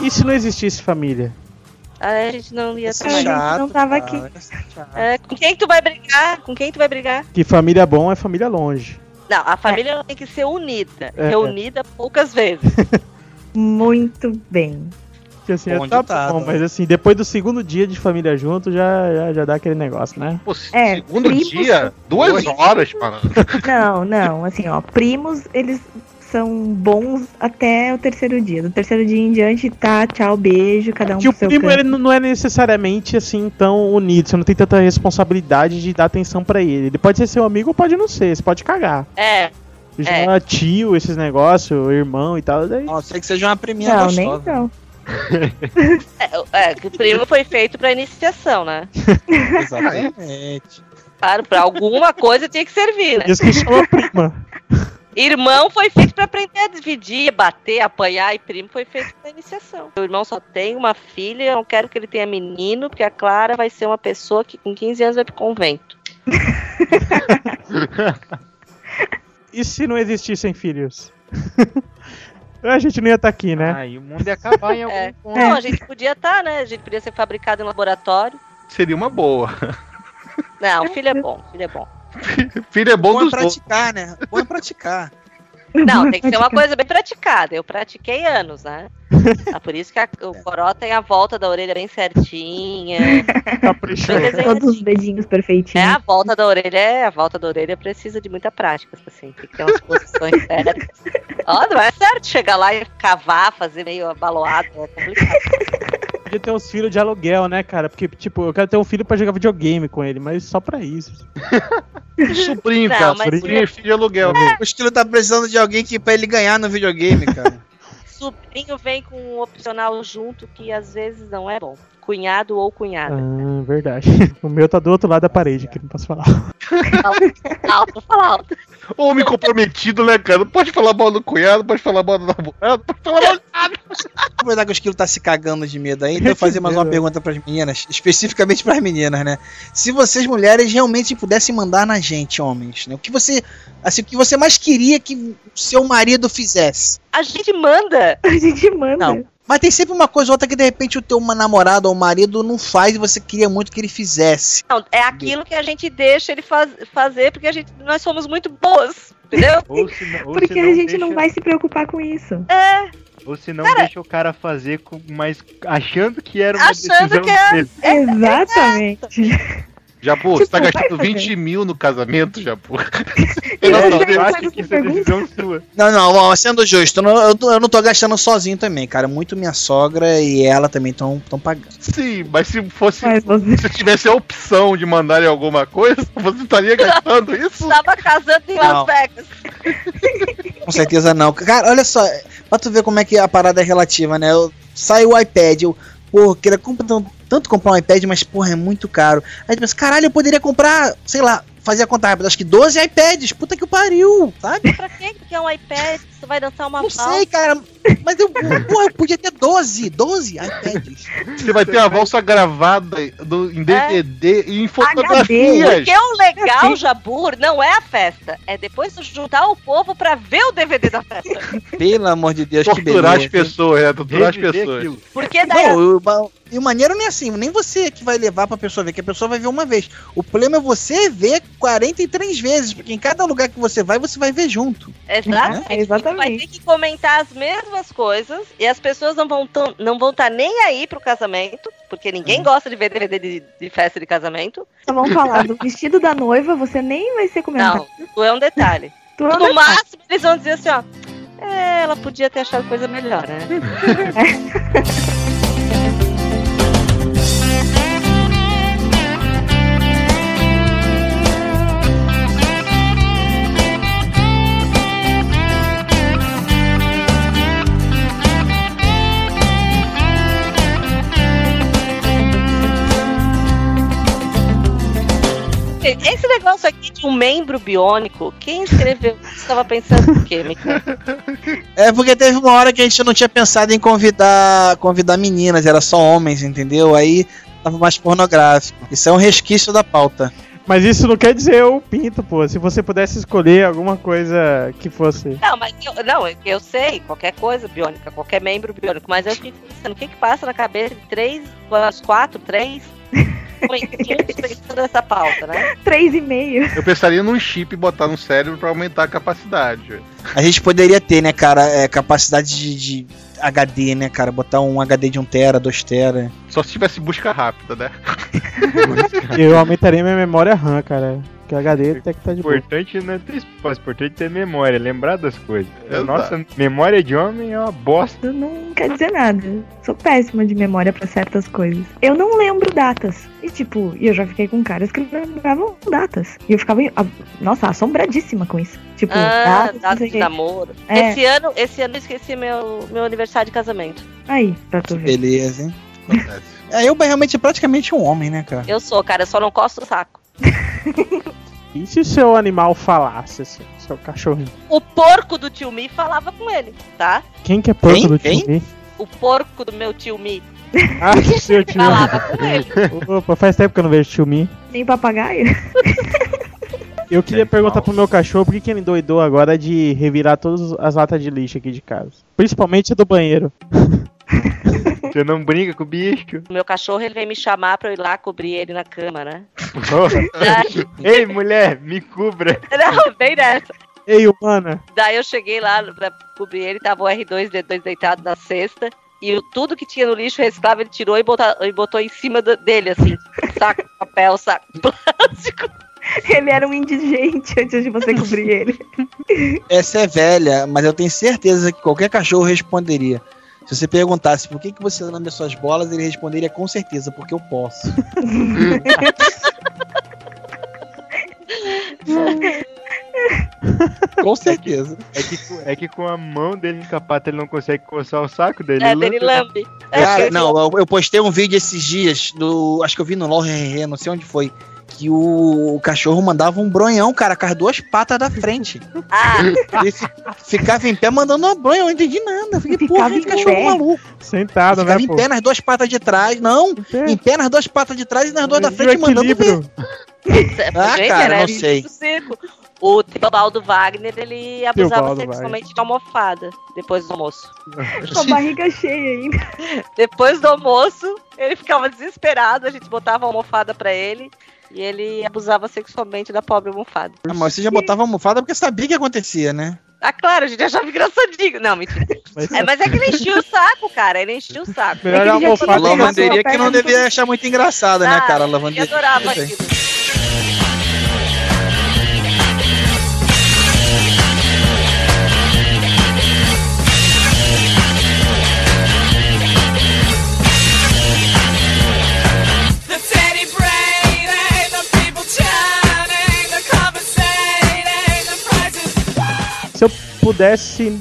S3: E se não existisse família?
S1: Aí a gente não ia
S5: Isso
S2: A
S5: é
S1: trabalhar.
S2: gente não tava aqui.
S5: cara, isso é chato.
S1: É, com quem que tu vai brigar? Com quem tu vai brigar?
S3: Que família bom é família longe.
S1: Não, a família tem que ser unida.
S3: É.
S1: Reunida poucas vezes.
S2: Muito bem.
S3: Porque assim,
S5: Bom
S3: tá
S5: ditado,
S3: bom,
S5: né?
S3: mas assim, depois do segundo dia de família junto, já, já, já dá aquele negócio, né?
S4: Pô, se-
S2: É,
S4: segundo
S2: primos-
S4: dia, duas horas, mano.
S2: Não, não, assim, ó, primos, eles são bons até o terceiro dia. Do terceiro dia em diante, tá, tchau, beijo, cada um
S3: Que o
S2: pro seu
S3: primo
S2: canto.
S3: ele não é necessariamente assim tão unido, você não tem tanta responsabilidade de dar atenção pra ele. Ele pode ser seu amigo ou pode não ser, você pode cagar.
S1: É,
S3: Já
S1: É.
S3: tio, esses negócios, irmão e tal, daí
S5: A não ser que seja uma priminha
S2: Não, nem
S5: gostosa.
S2: então.
S1: é, é, que o primo foi feito pra iniciação, né?
S5: [LAUGHS] Exatamente.
S1: Claro, pra alguma coisa tinha que servir, né?
S3: diz que chama prima.
S1: Irmão foi feito pra aprender a dividir, bater, apanhar, e primo foi feito pra iniciação. Meu irmão só tem uma filha, eu não quero que ele tenha menino, porque a Clara vai ser uma pessoa que com 15 anos vai pro convento.
S3: E se não existissem filhos? [LAUGHS] a gente não ia estar aqui, né?
S8: Ai, o mundo ia acabar em algum
S1: É.
S8: ponto.
S1: Não, a gente podia estar, né? A gente podia ser fabricado em laboratório.
S4: Seria uma boa.
S1: Não, filho é bom, filho é bom.
S4: Filho é bom
S5: Bom é
S4: dos outros.
S5: praticar, né? Bom é praticar.
S2: [LAUGHS]
S1: Não, tem que ser uma coisa bem praticada. Eu pratiquei anos, né? É por isso que a- o Coró tem a volta da orelha bem certinha.
S3: Caprichou.
S1: Bem desenhadinha.
S2: [LAUGHS] Todos os dedinhos
S1: É,
S2: perfeitinhos.
S1: a volta da orelha, é, a volta da orelha precisa de muita prática, assim, tem que ter umas posições [LAUGHS] certas. Ó, não é certo chegar lá e cavar, fazer meio abaloado, é complicado.
S3: Podia ter uns filhos de aluguel, né, cara? Porque, tipo, eu quero ter um filho pra jogar videogame com ele, mas só pra isso.
S4: Sobrinho,
S1: Não,
S4: cara.
S1: mas-
S4: Sobrinho e filho de aluguel.
S5: O estilo tá precisando de alguém que pra ele ganhar no videogame, cara.
S1: Sobrinho vem com um opcional junto que às vezes não é bom. cunhado ou cunhada.
S3: Ah, verdade. O meu tá do outro lado da parede, que eu não posso falar.
S1: Alto, fala alto.
S4: Homem comprometido, né, cara? Não Pode falar mal do cunhado, pode falar mal do namorado, pode falar mal de nada.
S5: Aproveitar que o Esquilo tá se cagando de medo aí, então eu vou [LAUGHS] fazer mais uma pergunta pras meninas, especificamente pras meninas, né? Se vocês, mulheres, realmente pudessem mandar na gente, homens, né? O que você. Assim, o que você mais queria que o seu marido fizesse?
S1: A gente manda.
S2: [LAUGHS] A gente manda.
S5: Não. Mas tem sempre uma coisa ou outra que de repente o teu namorado ou marido não faz e você queria muito que ele fizesse.
S1: Não, é aquilo que a gente deixa ele faz- fazer porque a gente, nós somos muito boas, entendeu?
S8: Ou se não, ou
S2: Porque
S8: se
S2: a
S8: não
S2: gente
S8: deixa-
S2: não vai se preocupar com isso.
S8: Ou se não deixa o cara fazer, com, mas achando que era uma
S1: Achando
S8: decisão
S1: que é-
S8: dele.
S2: Exatamente. [LAUGHS]
S4: Jabu, você tá
S2: Tipo,
S4: gastando
S2: vai fazer.
S4: 20 mil no casamento, Jabu. [LAUGHS]
S2: Eu
S8: Não,
S2: já
S8: não,
S2: ia
S8: eu
S2: fazer
S8: acho que
S2: essa
S8: isso é decisão sua.
S5: Não, não, ó, sendo justo, eu não, eu tô- eu não tô gastando sozinho também, cara. Muito minha sogra e ela também estão pagando.
S4: Sim, mas se fosse.
S2: Mas você
S4: Se tivesse a opção de mandarem alguma coisa, [LAUGHS] você estaria gastando isso?
S1: Tava casando em
S5: Não.
S1: Las Vegas.
S5: Com certeza não. Cara, olha só, pra tu ver como é que a parada é relativa, né? Eu, sai o iPad, eu, porra, queria comprar, tanto- tanto comprar um iPad, mas porra, é muito caro. Aí tu pensa, caralho, eu poderia comprar, sei lá, fazer a conta rápida, acho que 12 iPads, puta que o pariu, sabe?
S1: Pra quem que é um iPad? Você vai dançar uma
S5: Não
S1: valsa?
S5: sei, cara, mas eu, porra, eu podia ter 12, 12 iPads.
S4: Você vai ter a valsa gravada do-
S2: É.
S4: em DVD e em fotografias.
S1: Porque o legal,
S2: Assim.
S1: Jabur, não é a festa. É depois tu juntar o povo pra ver o DVD da festa.
S5: Pelo amor de Deus, que
S4: Torturar as
S5: beleza.
S4: pessoas, é, torturar as
S8: Reviver
S4: pessoas.
S8: aquilo.
S1: Porque daí
S5: Não, o- ba- e o maneiro não é assim, nem você que vai levar pra pessoa ver, que a pessoa vai ver uma vez. O problema é você ver 43 vezes, porque em cada lugar que você vai, você vai ver junto.
S1: Exatamente.
S2: É, exatamente.
S1: Vai ter que comentar as mesmas coisas e as pessoas não vão tão, não vão estar nem aí pro casamento, porque ninguém
S5: Hum.
S1: gosta de ver DVD de, de festa de casamento.
S2: só vão Então falar [LAUGHS] do vestido da noiva, você nem vai ser comentado.
S1: Não, isso é um detalhe.
S2: Tu não
S1: No
S2: vai-
S1: máximo, eles vão dizer assim, ó. "É, ela podia ter achado coisa melhor, né? [LAUGHS] Esse negócio aqui de um membro biônico, quem escreveu isso tava pensando o quê, Miquel?
S5: É porque teve uma hora que a gente não tinha pensado em convidar convidar meninas, era só homens, entendeu? Aí tava mais pornográfico. Isso é um resquício da pauta.
S3: Mas isso não quer dizer eu pinto, pô. Se você pudesse escolher alguma coisa que fosse.
S1: [LAUGHS] Não, mas eu, não, é eu- eu sei, qualquer coisa biônica, qualquer membro biônico, mas eu fico pensando, o que que passa na cabeça de três, as quatro, três? coitinhos pensando nessa pauta, [LAUGHS] né?
S2: Três e meio.
S4: Eu pensaria num chip e botar no cérebro pra aumentar a capacidade.
S5: A gente poderia ter, né, cara, é, capacidade de, de HD, né, cara? Botar um HD de 1 tera, 2 tera.
S4: Só se tivesse busca rápida, né?
S3: Eu aumentaria minha memória RAM, cara. Que HD até que tá
S8: O
S3: de boa.
S8: importante não é ter espaço, o importante é ter memória, lembrar das coisas.
S4: Exato.
S8: Nossa, memória de homem é uma bosta.
S2: Eu não quero dizer nada. Sou péssima de memória pra certas coisas. Eu não lembro datas. E tipo, e eu já fiquei com caras que lembravam datas. E eu ficava, a- nossa, assombradíssima com isso. Tipo,
S1: Ah,
S2: datas, não
S1: data
S2: sei o
S1: de
S2: quê.
S1: namoro.
S2: É.
S1: Esse ano, esse ano eu esqueci meu, meu aniversário de casamento.
S2: Aí, pra tu ver.
S5: Beleza, hein?
S4: Acontece.
S5: É, eu realmente é praticamente um homem, né, cara?
S1: Eu sou, cara, eu só não costo o saco.
S3: E se o seu animal falasse, assim, seu cachorrinho?
S1: O porco do tio Mi falava com ele, tá?
S3: Quem que é porco
S5: Quem?
S3: do
S5: Quem?
S3: tio
S5: [LAUGHS]
S3: Mi?
S1: O porco do meu tio Mi tá
S3: Ah, seu tio
S1: falava com ele.
S3: Mi. Opa, faz tempo que eu não vejo tio Mi.
S2: Nem papagaio. [LAUGHS]
S3: Eu queria
S8: Tem
S3: perguntar
S8: mal.
S3: pro meu cachorro por que, que ele doidou agora de revirar todas as latas de lixo aqui de casa. Principalmente a do banheiro.
S8: Você não brinca com
S1: [LAUGHS]
S8: o bicho.
S1: O meu cachorro, ele veio me chamar pra eu ir lá cobrir ele na cama, né?
S5: [LAUGHS]
S8: Ei, mulher, me cubra.
S1: Não, bem nessa.
S3: Ei, humana!
S1: Daí eu cheguei lá pra cobrir ele, tava o R2D2 deitado na cesta. E o- tudo que tinha no lixo reciclável ele tirou e botou, e botou em cima do- dele, assim. Saco de papel, saco de plástico.
S2: Ele era um indigente antes de você cobrir
S5: [LAUGHS]
S2: ele.
S5: Essa é velha, mas eu tenho certeza que qualquer cachorro responderia. Se você perguntasse por que, que você lambe as suas bolas, ele responderia com certeza, porque eu
S2: [LAUGHS]
S5: posso. Com certeza.
S8: É que, com- é que com a mão dele encapada ele não consegue coçar o saco dele.
S1: É, dele lambe. É, [LAUGHS]
S5: Cara,
S1: ele-
S5: não, eu, eu postei um vídeo esses dias, do, acho que eu vi no LOL RRR, não sei onde foi, que o, o cachorro mandava um bronhão, cara, com as duas patas da frente.
S1: Ah,
S5: Ele fi- ficava em pé mandando um bronhão, eu não entendi nada. Eu fiquei,
S2: Ficava
S5: porra,
S2: em
S5: esse cachorro
S2: pé.
S5: maluco.
S3: Sentado, né,
S5: Ficava em
S3: pô?
S5: pé nas duas patas de trás, não, em pé nas duas patas de trás e nas duas da
S3: E o
S5: frente mandando ver.
S3: É equilíbrio?
S5: Ah,
S1: gente,
S5: cara,
S1: era
S5: não
S1: bicho
S5: sei.
S1: do circo. O Teobaldo Wagner, ele abusava
S3: Teobaldo
S1: sexualmente de almofada depois do almoço.
S2: Com a barriga cheia ainda.
S1: Depois do almoço, ele ficava desesperado, a gente botava a almofada pra ele e ele abusava sexualmente da pobre almofada.
S5: Ah, mas você já botava a almofada porque sabia o que acontecia, né?
S1: Ah, claro, a gente achava engraçadinho. Não, mentira.
S3: Mas-
S1: É, mas é que ele enchia o saco, cara. Ele enchia o saco.
S3: Melhor
S2: Ele já
S3: almofada
S2: tinha
S3: que
S5: A
S2: colocado-
S3: maçã.
S5: lavanderia que não devia achar muito engraçada, né,
S1: Ah,
S5: cara? A
S1: Ele
S5: lavanderia.
S1: adorava
S5: Não sei.
S1: aquilo.
S7: The city braiding, the people chatting, the conversating, the prices.
S3: Se eu pudesse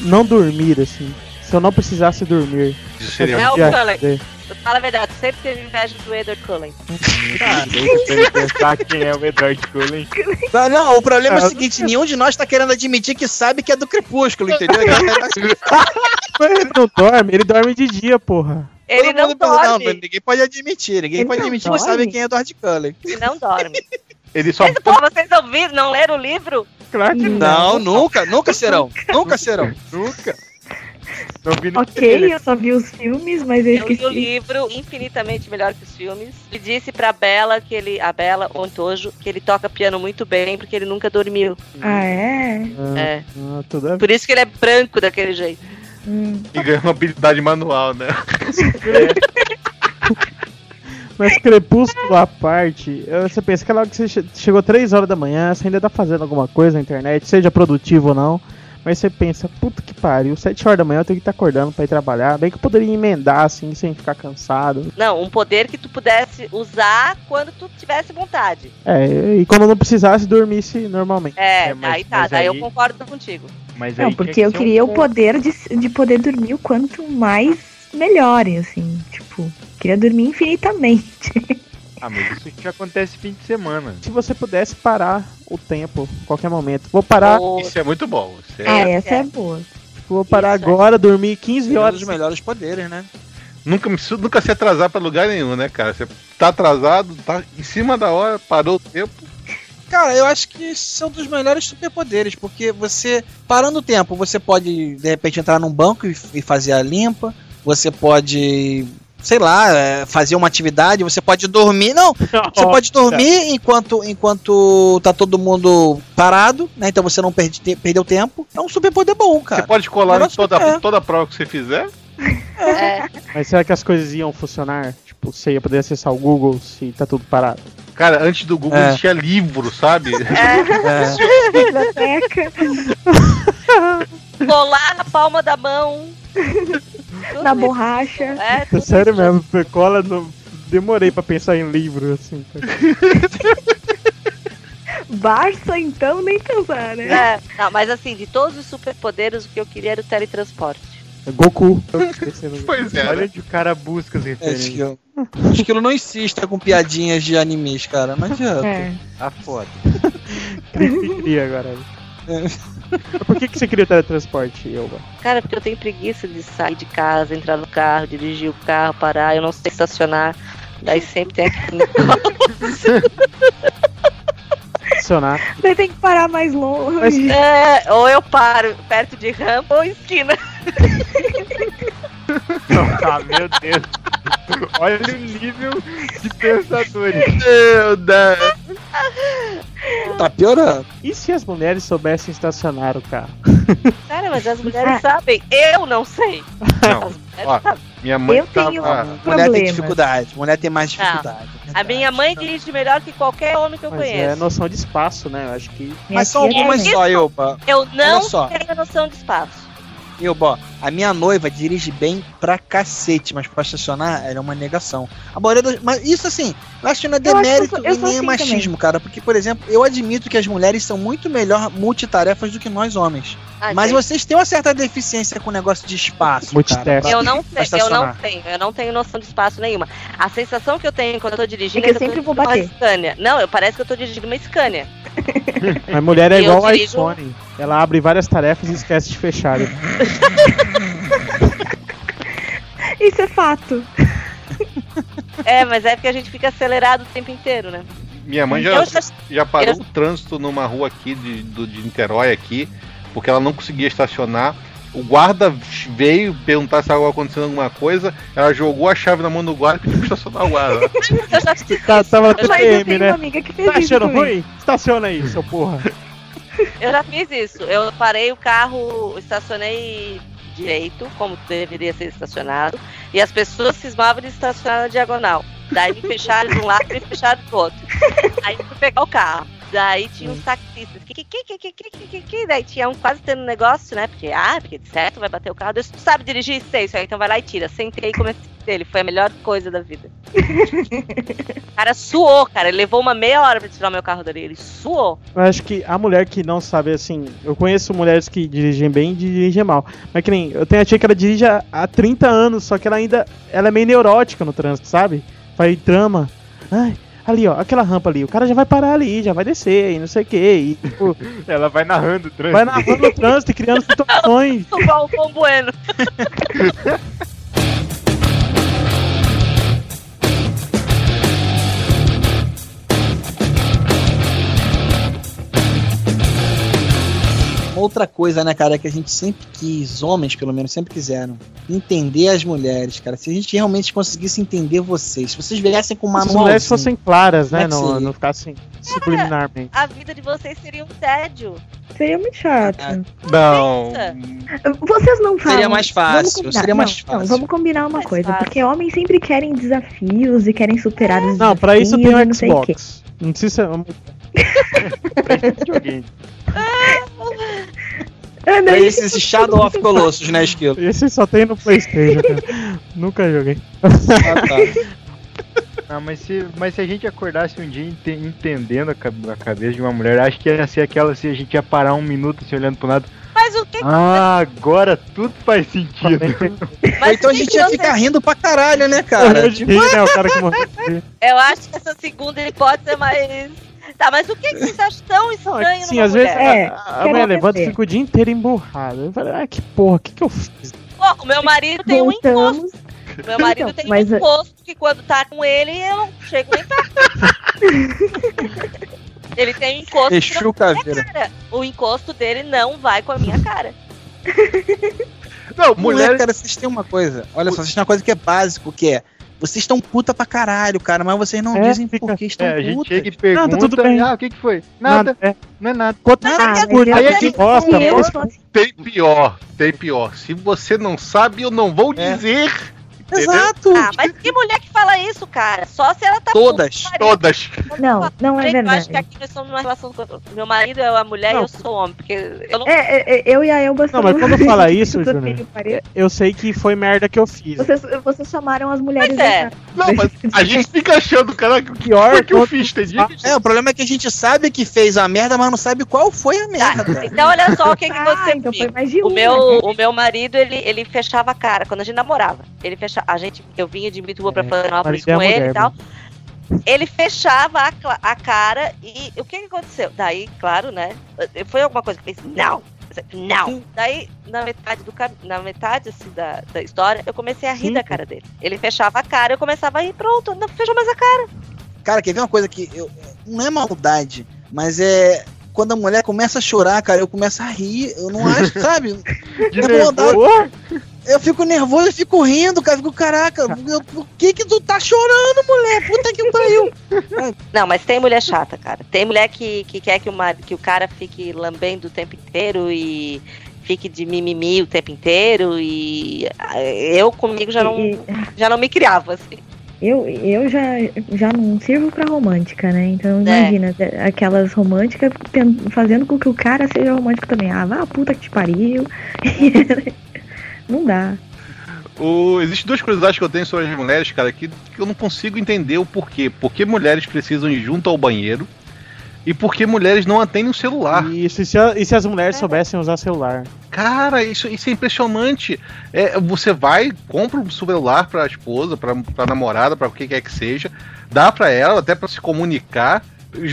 S3: não dormir, assim. Se eu não precisasse dormir.
S4: De serial.
S1: Não,
S3: ia
S1: Cullen.
S3: ser.
S1: Fala a verdade, sempre teve inveja do Edward Cullen.
S8: Tem que pensar quem é o Edward Cullen.
S5: Tá, não, o problema é
S3: Ah,
S5: o seguinte, nenhum de nós tá querendo admitir que sabe que é do crepúsculo, entendeu?
S3: Mas ele não dorme, ele dorme de dia, porra.
S1: Ele
S5: Todo
S1: não
S5: mundo pensa,
S1: dorme.
S5: mas ninguém pode admitir, ninguém
S2: Ele
S5: pode
S2: não
S5: admitir que
S2: dorme?
S5: sabe quem é Edward Cullen.
S1: Ele não dorme. [LAUGHS]
S4: Ele só.
S1: Mas, pô, vocês ouviram, não leram o livro?
S3: Claro que
S5: Não, nunca, nunca serão, nunca serão.
S8: Nunca. Não vi no
S2: Ok, eu só vi os filmes, mas eu
S1: Eu li o
S2: esqueci.
S1: livro, infinitamente melhor que os filmes. E disse pra Bela que ele. A Bela Montojo, que ele toca piano muito bem, porque ele nunca dormiu.
S2: Ah, é?
S1: É.
S3: Ah, tudo a ver.
S1: Por isso que ele é branco daquele jeito.
S2: Hum.
S4: E ganhou uma habilidade manual, né?
S3: Mas crepúsculo à parte, eh, você pensa que é logo que você che- chegou 3 horas da manhã, você ainda tá fazendo alguma coisa na internet, seja produtivo ou não. Mas você pensa, puta que pariu, 7 horas da manhã eu tenho que estar acordando pra ir trabalhar. Bem que eu poderia emendar assim, sem ficar cansado.
S1: Não, um poder que tu pudesse usar quando tu tivesse vontade.
S3: É, e quando eu não precisasse, dormisse normalmente.
S1: É,
S8: É, mas-
S1: aí tá,
S8: mas
S1: daí eu
S8: aí-
S1: concordo contigo.
S8: Mas aí tinha
S2: Não,
S8: que
S2: porque eu
S8: ser um
S2: queria o
S8: ponto.
S2: poder de, de poder dormir o quanto mais melhor, assim. Tipo, queria dormir infinitamente.
S8: Ah, mas isso já acontece fim de semana.
S3: Se você pudesse parar o tempo, a qualquer momento. Vou parar,
S4: [LAUGHS]
S1: Ou-
S4: Isso é muito bom. Isso é-
S2: Ah,
S1: é.
S2: essa é boa.
S3: vou parar
S1: Isso.
S3: agora, dormir 15
S5: É um
S3: horas.
S5: dos melhores poderes, né?
S4: Nunca, me- nunca se atrasar pra lugar nenhum, né, cara? Você tá atrasado, tá em cima da hora, parou o tempo.
S5: Cara, eu acho que são dos melhores superpoderes, porque você, parando o tempo, você pode, de repente, entrar num banco e, e fazer a limpa, você pode, sei lá, é, fazer uma atividade, você pode dormir. Não,
S3: [LAUGHS]
S5: você pode dormir enquanto, enquanto tá todo mundo parado, né? Então você não perde, te- perdeu tempo. É um superpoder bom,
S3: Tá.
S4: Você
S5: cara.
S4: pode colar em
S5: Nossa,
S4: toda,
S5: é.
S4: toda a prova que você fizer.
S1: É,
S3: Mas será que as coisas iam funcionar? Tipo, você ia poder acessar o Google se tá tudo parado?
S4: Cara, antes do Google
S5: É.
S4: existia livro, sabe? [LAUGHS]
S5: É.
S2: Biblioteca.
S1: colar na palma da mão.
S2: na
S1: Tudo
S2: borracha.
S1: isso. É, tudo
S3: [LAUGHS] Sério
S1: isso.
S3: mesmo, foi cola no... Demorei pra pensar em livro, assim.
S2: Barça, então, nem pensar, né?
S1: É, não, mas assim, de todos os superpoderes, o que eu queria era o teletransporte.
S3: É [LAUGHS] Goku. Eu esqueci o nome.
S4: pois é.
S8: Olha
S4: né?
S8: onde o cara busca as referências.
S5: Esquilo. Esquilo não insista com piadinhas de animes, cara. Não adianta.
S2: É.
S8: Ah, foda.
S3: Cri, cri, cri agora. Mas Por que, que você queria o teletransporte, Elba?
S1: Cara, porque eu tenho preguiça de sair de casa, entrar no carro, dirigir o carro, parar, eu não sei estacionar. Daí sempre tem aquele
S3: Funcionar.
S2: Você tem que parar mais longe.
S3: Mas-
S1: É, ou eu paro perto de rampa ou esquina.
S8: Ah, meu Deus. Olha o nível de pensadores.
S4: Meu Deus.
S1: É.
S5: Tá piorando.
S3: E se as mulheres soubessem estacionar o carro?
S1: Cara, mas [LAUGHS] as mulheres sabem. Eu não sei.
S4: Não,
S1: As mulheres
S4: ó,
S1: sabem.
S4: minha mãe
S2: Eu tenho-
S4: tava-
S5: Mulher tem
S2: Problema.
S5: dificuldade. Mulher tem mais
S1: É. Tá.
S5: dificuldade.
S1: A
S5: verdade.
S1: minha mãe dirige melhor que qualquer homem que eu
S3: Mas é
S1: conheço.
S3: noção de espaço, né? Eu acho que.
S2: Minha
S5: Mas são
S2: tia
S5: algumas
S1: é
S5: só, Ilpa.
S1: Eu não
S5: Olha só.
S1: tenho noção de espaço.
S5: Meu, bó, a minha noiva dirige bem pra cacete, mas pra estacionar ela é uma negação. A maioria das- Mas isso assim, eu acho que não é
S2: Eu acho que eu
S5: demérito
S2: sou- eu
S5: e
S2: sou
S5: nem é
S2: assim
S5: machismo, cara. Porque, por exemplo, eu admito que as mulheres são muito melhor multitarefas do que nós homens.
S1: Ah,
S5: mas
S1: gente,
S5: vocês têm uma certa deficiência com o negócio de espaço.
S3: Multitarefa.
S5: Cara,
S1: eu não,
S5: pra
S1: sei, eu não
S5: estacionar.
S1: tenho, eu não tenho noção de espaço nenhuma. A sensação que eu tenho quando eu tô dirigindo
S2: É que eu
S1: tô
S2: sempre vou
S1: dirigindo uma
S2: bater.
S1: Scania. Não, eu parece que eu tô dirigindo uma Scania.
S3: Mas mulher é
S1: Eu
S3: igual ao
S1: dirijo-
S3: iPhone. Ela abre várias tarefas e esquece de fechar.
S2: Isso é fato.
S3: um
S1: É, mas é porque a gente fica acelerado o tempo inteiro, né?
S4: Minha mãe já,
S1: Eu já
S4: já parou
S1: eu-
S4: o trânsito numa rua aqui de, do, de Niterói aqui, porque ela não conseguia estacionar. O guarda veio perguntar se estava acontecendo alguma coisa, ela jogou a chave na mão do guarda e pediu pra estacionar o guarda.
S1: Eu já
S3: Você tá, tava na
S2: Mas eu
S3: TPM,
S2: tenho
S3: né?
S2: uma amiga que fez
S3: Tá
S2: isso
S3: achando
S2: comigo.
S3: ruim? Estaciona aí, seu porra.
S1: Eu já fiz isso. Eu parei o carro, estacionei direito, como deveria ser estacionado, e as pessoas cismavam de estacionar na diagonal. Daí me fecharam de um lado e me fecharam do outro. Aí fui pegar o carro. Daí tinha uns taxistas. Que, que, que, que, que, que, que, que, que. Daí tinha um quase tendo negócio, né? Porque, ah, porque de certo vai bater o carro. Deus, tu sabe dirigir? Sei, isso aí, então vai lá e tira. Sentei e comecei dele. Foi a melhor coisa da vida. O cara suou, cara. Ele levou uma meia hora pra tirar o meu carro dali. Ele suou.
S3: Eu acho que a mulher que não sabe, assim, eu conheço mulheres que dirigem bem e dirigem mal. Mas que nem, eu tenho a tia que ela dirige há- há 30 anos, só que ela ainda, ela é meio neurótica no trânsito, sabe? Faz trama. Ai, ali ó, aquela rampa ali, o cara já vai parar ali, já vai descer e não sei o que. E, tipo,
S1: É.
S8: Ela vai narrando o trânsito.
S3: vai narrando o trânsito e
S2: [LAUGHS]
S3: criando situações.
S1: O Galvão um Bueno.
S5: Uma outra coisa, né, cara, que a gente sempre quis, homens pelo menos sempre quiseram, entender as mulheres, cara. Se a gente realmente conseguisse entender vocês, se vocês viessem com um
S3: Se as
S5: manual.
S3: mulheres fossem claras, né?
S5: Como é que
S3: Não,
S5: seria?
S3: não ficassem subliminarmente.
S1: a vida de vocês seria um tédio.
S2: Seria muito chato.
S4: Não.
S2: Vocês não falam.
S5: Seria mais fácil,
S2: Vamos combinar.
S5: seria mais
S2: Não, não,
S5: fácil.
S2: vamos combinar uma
S1: Mais
S2: coisa,
S1: fácil.
S2: porque homens sempre querem desafios e querem superar os desafios.
S3: Não, pra isso tem
S2: e
S3: o
S2: não sei o quê.
S3: Xbox. Não precisa.
S8: Videogame.
S2: Ah, não,
S5: É
S2: isso-
S5: esse Shadow of Colossus, né, Esquilo?
S3: Esse só tem no PlayStation, cara. [LAUGHS] Nunca joguei.
S5: Ah, tá.
S8: Ah, mas se, mas se a gente acordasse um dia ente- entendendo a, cabe- a cabeça de uma mulher, acho que ia ser aquela se a gente ia parar um minuto se olhando pro nada.
S1: Mas o que
S8: Ah, agora tudo faz sentido.
S5: Ou
S1: [LAUGHS] mas
S5: então a
S1: o que
S5: gente
S1: que
S5: ia
S1: você-
S5: ficar rindo pra caralho, né, cara?
S3: Morreu de rir, né? O cara que morreu de rir.
S1: Eu acho que essa segunda hipótese é mais. Tá, mas o que, que vocês acham tão
S3: Não,
S1: estranho
S3: é que,
S1: numa
S3: sim, às vezes
S1: mulher?
S2: É,
S3: a- a,
S2: quero
S3: mulher levanta e
S2: entender.
S3: fica o dia inteiro emburrada. Eu falei, ah, que porra, o que, que eu fiz?
S1: Pô, o meu marido tem um
S3: Então,
S1: encosto.
S2: Voltamos.
S1: Meu marido tem
S2: mas-
S3: é-
S1: um encosto que quando tá com ele, eu não chego nem perto.
S3: [LAUGHS]
S1: ele tem um encosto. que
S5: Exu
S1: não-
S5: Caveira.
S1: Cara, o encosto dele não vai com a minha cara.
S4: Não,
S5: Mulher,
S4: mulher.
S5: cara, vocês têm uma coisa. Olha só, vocês têm uma coisa que é básico, que é. Vocês estão puta pra caralho, cara, mas vocês não
S3: É,
S5: dizem
S3: fica-
S5: por que estão
S8: É, a gente
S5: putas.
S8: chega e pergunta.
S3: Não, tá tudo bem.
S8: Ah, o que, que foi? Nada,
S3: É,
S8: não é nada.
S3: quanto
S2: Ah,
S3: mais
S2: mas
S3: curto,
S2: eu
S3: aí é a
S2: quero
S3: gente gosta.
S2: E eu
S3: gosta.
S2: falo assim,
S4: Tem pior, tem pior. Se você não sabe, eu não vou
S5: É.
S4: dizer
S5: Exato!
S1: Ah, mas que mulher que fala isso, cara? Só se ela tá
S5: Todas.
S1: puta com o marido.
S4: todas.
S2: Não, não é
S1: Gente, eu acho
S2: verdade.
S1: que aqui nós estamos numa relação. com- Meu marido é uma mulher
S3: Não.
S1: e eu sou homem, porque eu não.
S2: É, é, é, eu e a Elba
S3: Não, mas quando
S2: [LAUGHS]
S3: fala isso,
S2: Puta
S3: Júnior,
S2: que pariu.
S3: eu sei que foi merda que eu fiz.
S2: Vocês, vocês chamaram as mulheres
S1: Pois é.
S2: erradas.
S4: Não, mas
S2: [LAUGHS]
S4: [LAUGHS] a gente fica achando, cara, o que
S3: Pior
S4: foi que eu
S3: quando-
S4: fiz? Tem dia que
S5: É, o problema é que a gente sabe que fez a merda, mas não sabe qual foi a merda.
S1: Então, olha só o que, que
S2: Ah,
S1: você
S2: então
S1: fica.
S2: foi mais de um.
S1: O meu, o meu marido, ele, ele fechava a cara quando a gente namorava. Ele fechava. A gente, eu vinha de Mituba pra Florianópolis
S3: marido é
S1: com ele
S3: mulher,
S1: e tal. Ele fechava a, cla- a cara e o que, que aconteceu? Daí, claro, né? Foi alguma coisa que eu pensei, não! Não! Daí, na metade do cam- na metade assim, da, da história, eu comecei a rir
S3: Sim.
S1: da cara dele. Ele fechava a cara, eu começava a rir, pronto, não fechou mais a cara.
S5: Cara, quer ver uma coisa que eu, não é maldade, mas é. Quando a mulher começa a chorar, cara, eu começo a rir, eu não acho, sabe?
S8: [LAUGHS]
S5: É
S8: De
S5: Eu
S8: nervoso.
S5: vou andar- Eu fico nervoso, eu fico rindo, cara, eu fico, caraca, eu- por que que tu tá chorando, mulher? Puta que pariu!
S1: Não, mas tem mulher chata, cara. Tem mulher que, que quer que, uma, que o cara fique lambendo o tempo inteiro e fique de mimimi o tempo inteiro e ah, eu comigo já não,
S2: E,
S1: já não me criava, assim.
S2: e Eu, eu já, já não sirvo pra romântica, né? Então
S1: É.
S2: imagina, aquelas românticas ten- fazendo com que o cara seja romântico também. Ah, vá a puta que te pariu. [LAUGHS] não dá.
S4: O, existe duas curiosidades que eu tenho sobre as mulheres, cara, que, que eu não consigo entender o porquê. Por que mulheres precisam ir junto ao banheiro e por que mulheres não atendem o celular.
S3: Isso, e se, a- e se as
S2: É.
S3: mulheres soubessem usar celular?
S4: Cara, isso, isso é impressionante. É, você vai, compra um celular pra esposa, pra, pra namorada, pra o que quer que seja, dá pra ela, até pra se comunicar,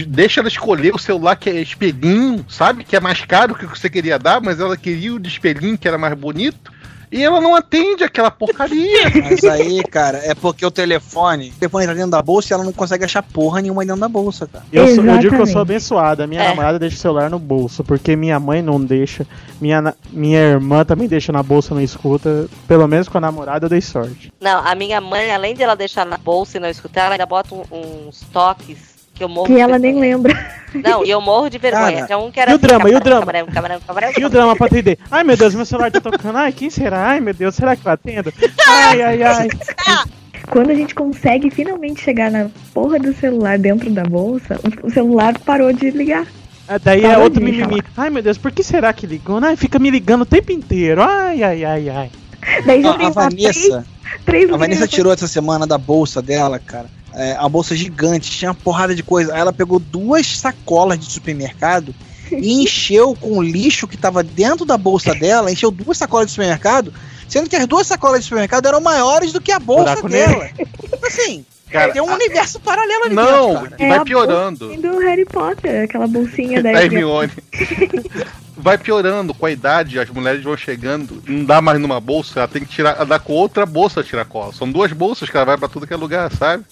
S4: deixa ela escolher o celular que é espelhinho, sabe? Que é mais caro que o que você queria dar, mas ela queria o de espelhinho que era mais bonito. E ela não atende aquela
S5: [LAUGHS]
S4: porcaria.
S5: Mas aí, cara, é porque o telefone. O telefone tá dentro da bolsa e ela não consegue achar porra nenhuma dentro da bolsa, cara.
S3: Eu, sou- eu digo que eu sou
S2: Exatamente.
S3: abençoada. Minha
S1: É.
S3: namorada deixa o celular no bolso, porque minha mãe não deixa. Minha, na- minha irmã também deixa na bolsa, não escuta. Pelo menos com a namorada eu dei sorte.
S1: Não, a minha mãe, além de ela deixar na bolsa e não escutar, ela ainda bota um- uns toques que eu morro
S2: Que
S1: de
S2: ela nem
S1: vergonha.
S2: lembra.
S1: Não, e eu morro de vergonha.
S5: Cara,
S1: Tinha um que era
S3: e o drama, e o drama?
S1: Camarão, camarão, camarão,
S3: E o drama pra atender. Ai meu Deus, meu celular tá tocando. Ai, quem será? Ai meu Deus, será que eu atendo? Ai, ai, ai.
S2: Quando a gente consegue finalmente chegar na porra do celular dentro da bolsa, o- o celular parou
S5: [LAUGHS]
S2: de ligar.
S3: Ah, Daí é
S2: Parou
S3: outro
S2: de me
S3: mimimi. Ai meu Deus, por que será que ligou? Ai, fica me ligando o tempo inteiro. Ai, ai, ai, ai.
S2: Daí já
S5: A,
S2: tem
S5: a
S2: lá três,
S5: Vanessa,
S2: três
S5: a Vanessa
S2: meninas-
S5: tirou essa semana da bolsa dela, cara. É, a bolsa gigante, tinha uma porrada de coisa. Aí ela pegou duas sacolas
S1: [LAUGHS]
S5: de supermercado e encheu com o lixo que tava dentro da bolsa dela, encheu duas sacolas de supermercado, sendo que as duas sacolas de supermercado eram maiores do que a bolsa
S3: Buraco
S5: dela. Assim,
S4: Cara,
S5: tem um universo paralelo ali dentro,
S4: Não,
S5: cara.
S4: e
S2: É
S4: vai
S2: a
S4: piorando.
S2: do Harry Potter,
S4: [LAUGHS]
S2: aquela bolsinha da
S4: Da
S2: Hermione.
S4: Hermione. Tá Vai piorando com a idade, as mulheres vão chegando, não dá mais numa bolsa, ela tem que tirar, ela dá com outra bolsa tirar cola. São duas bolsas que ela vai pra tudo que é lugar, sabe?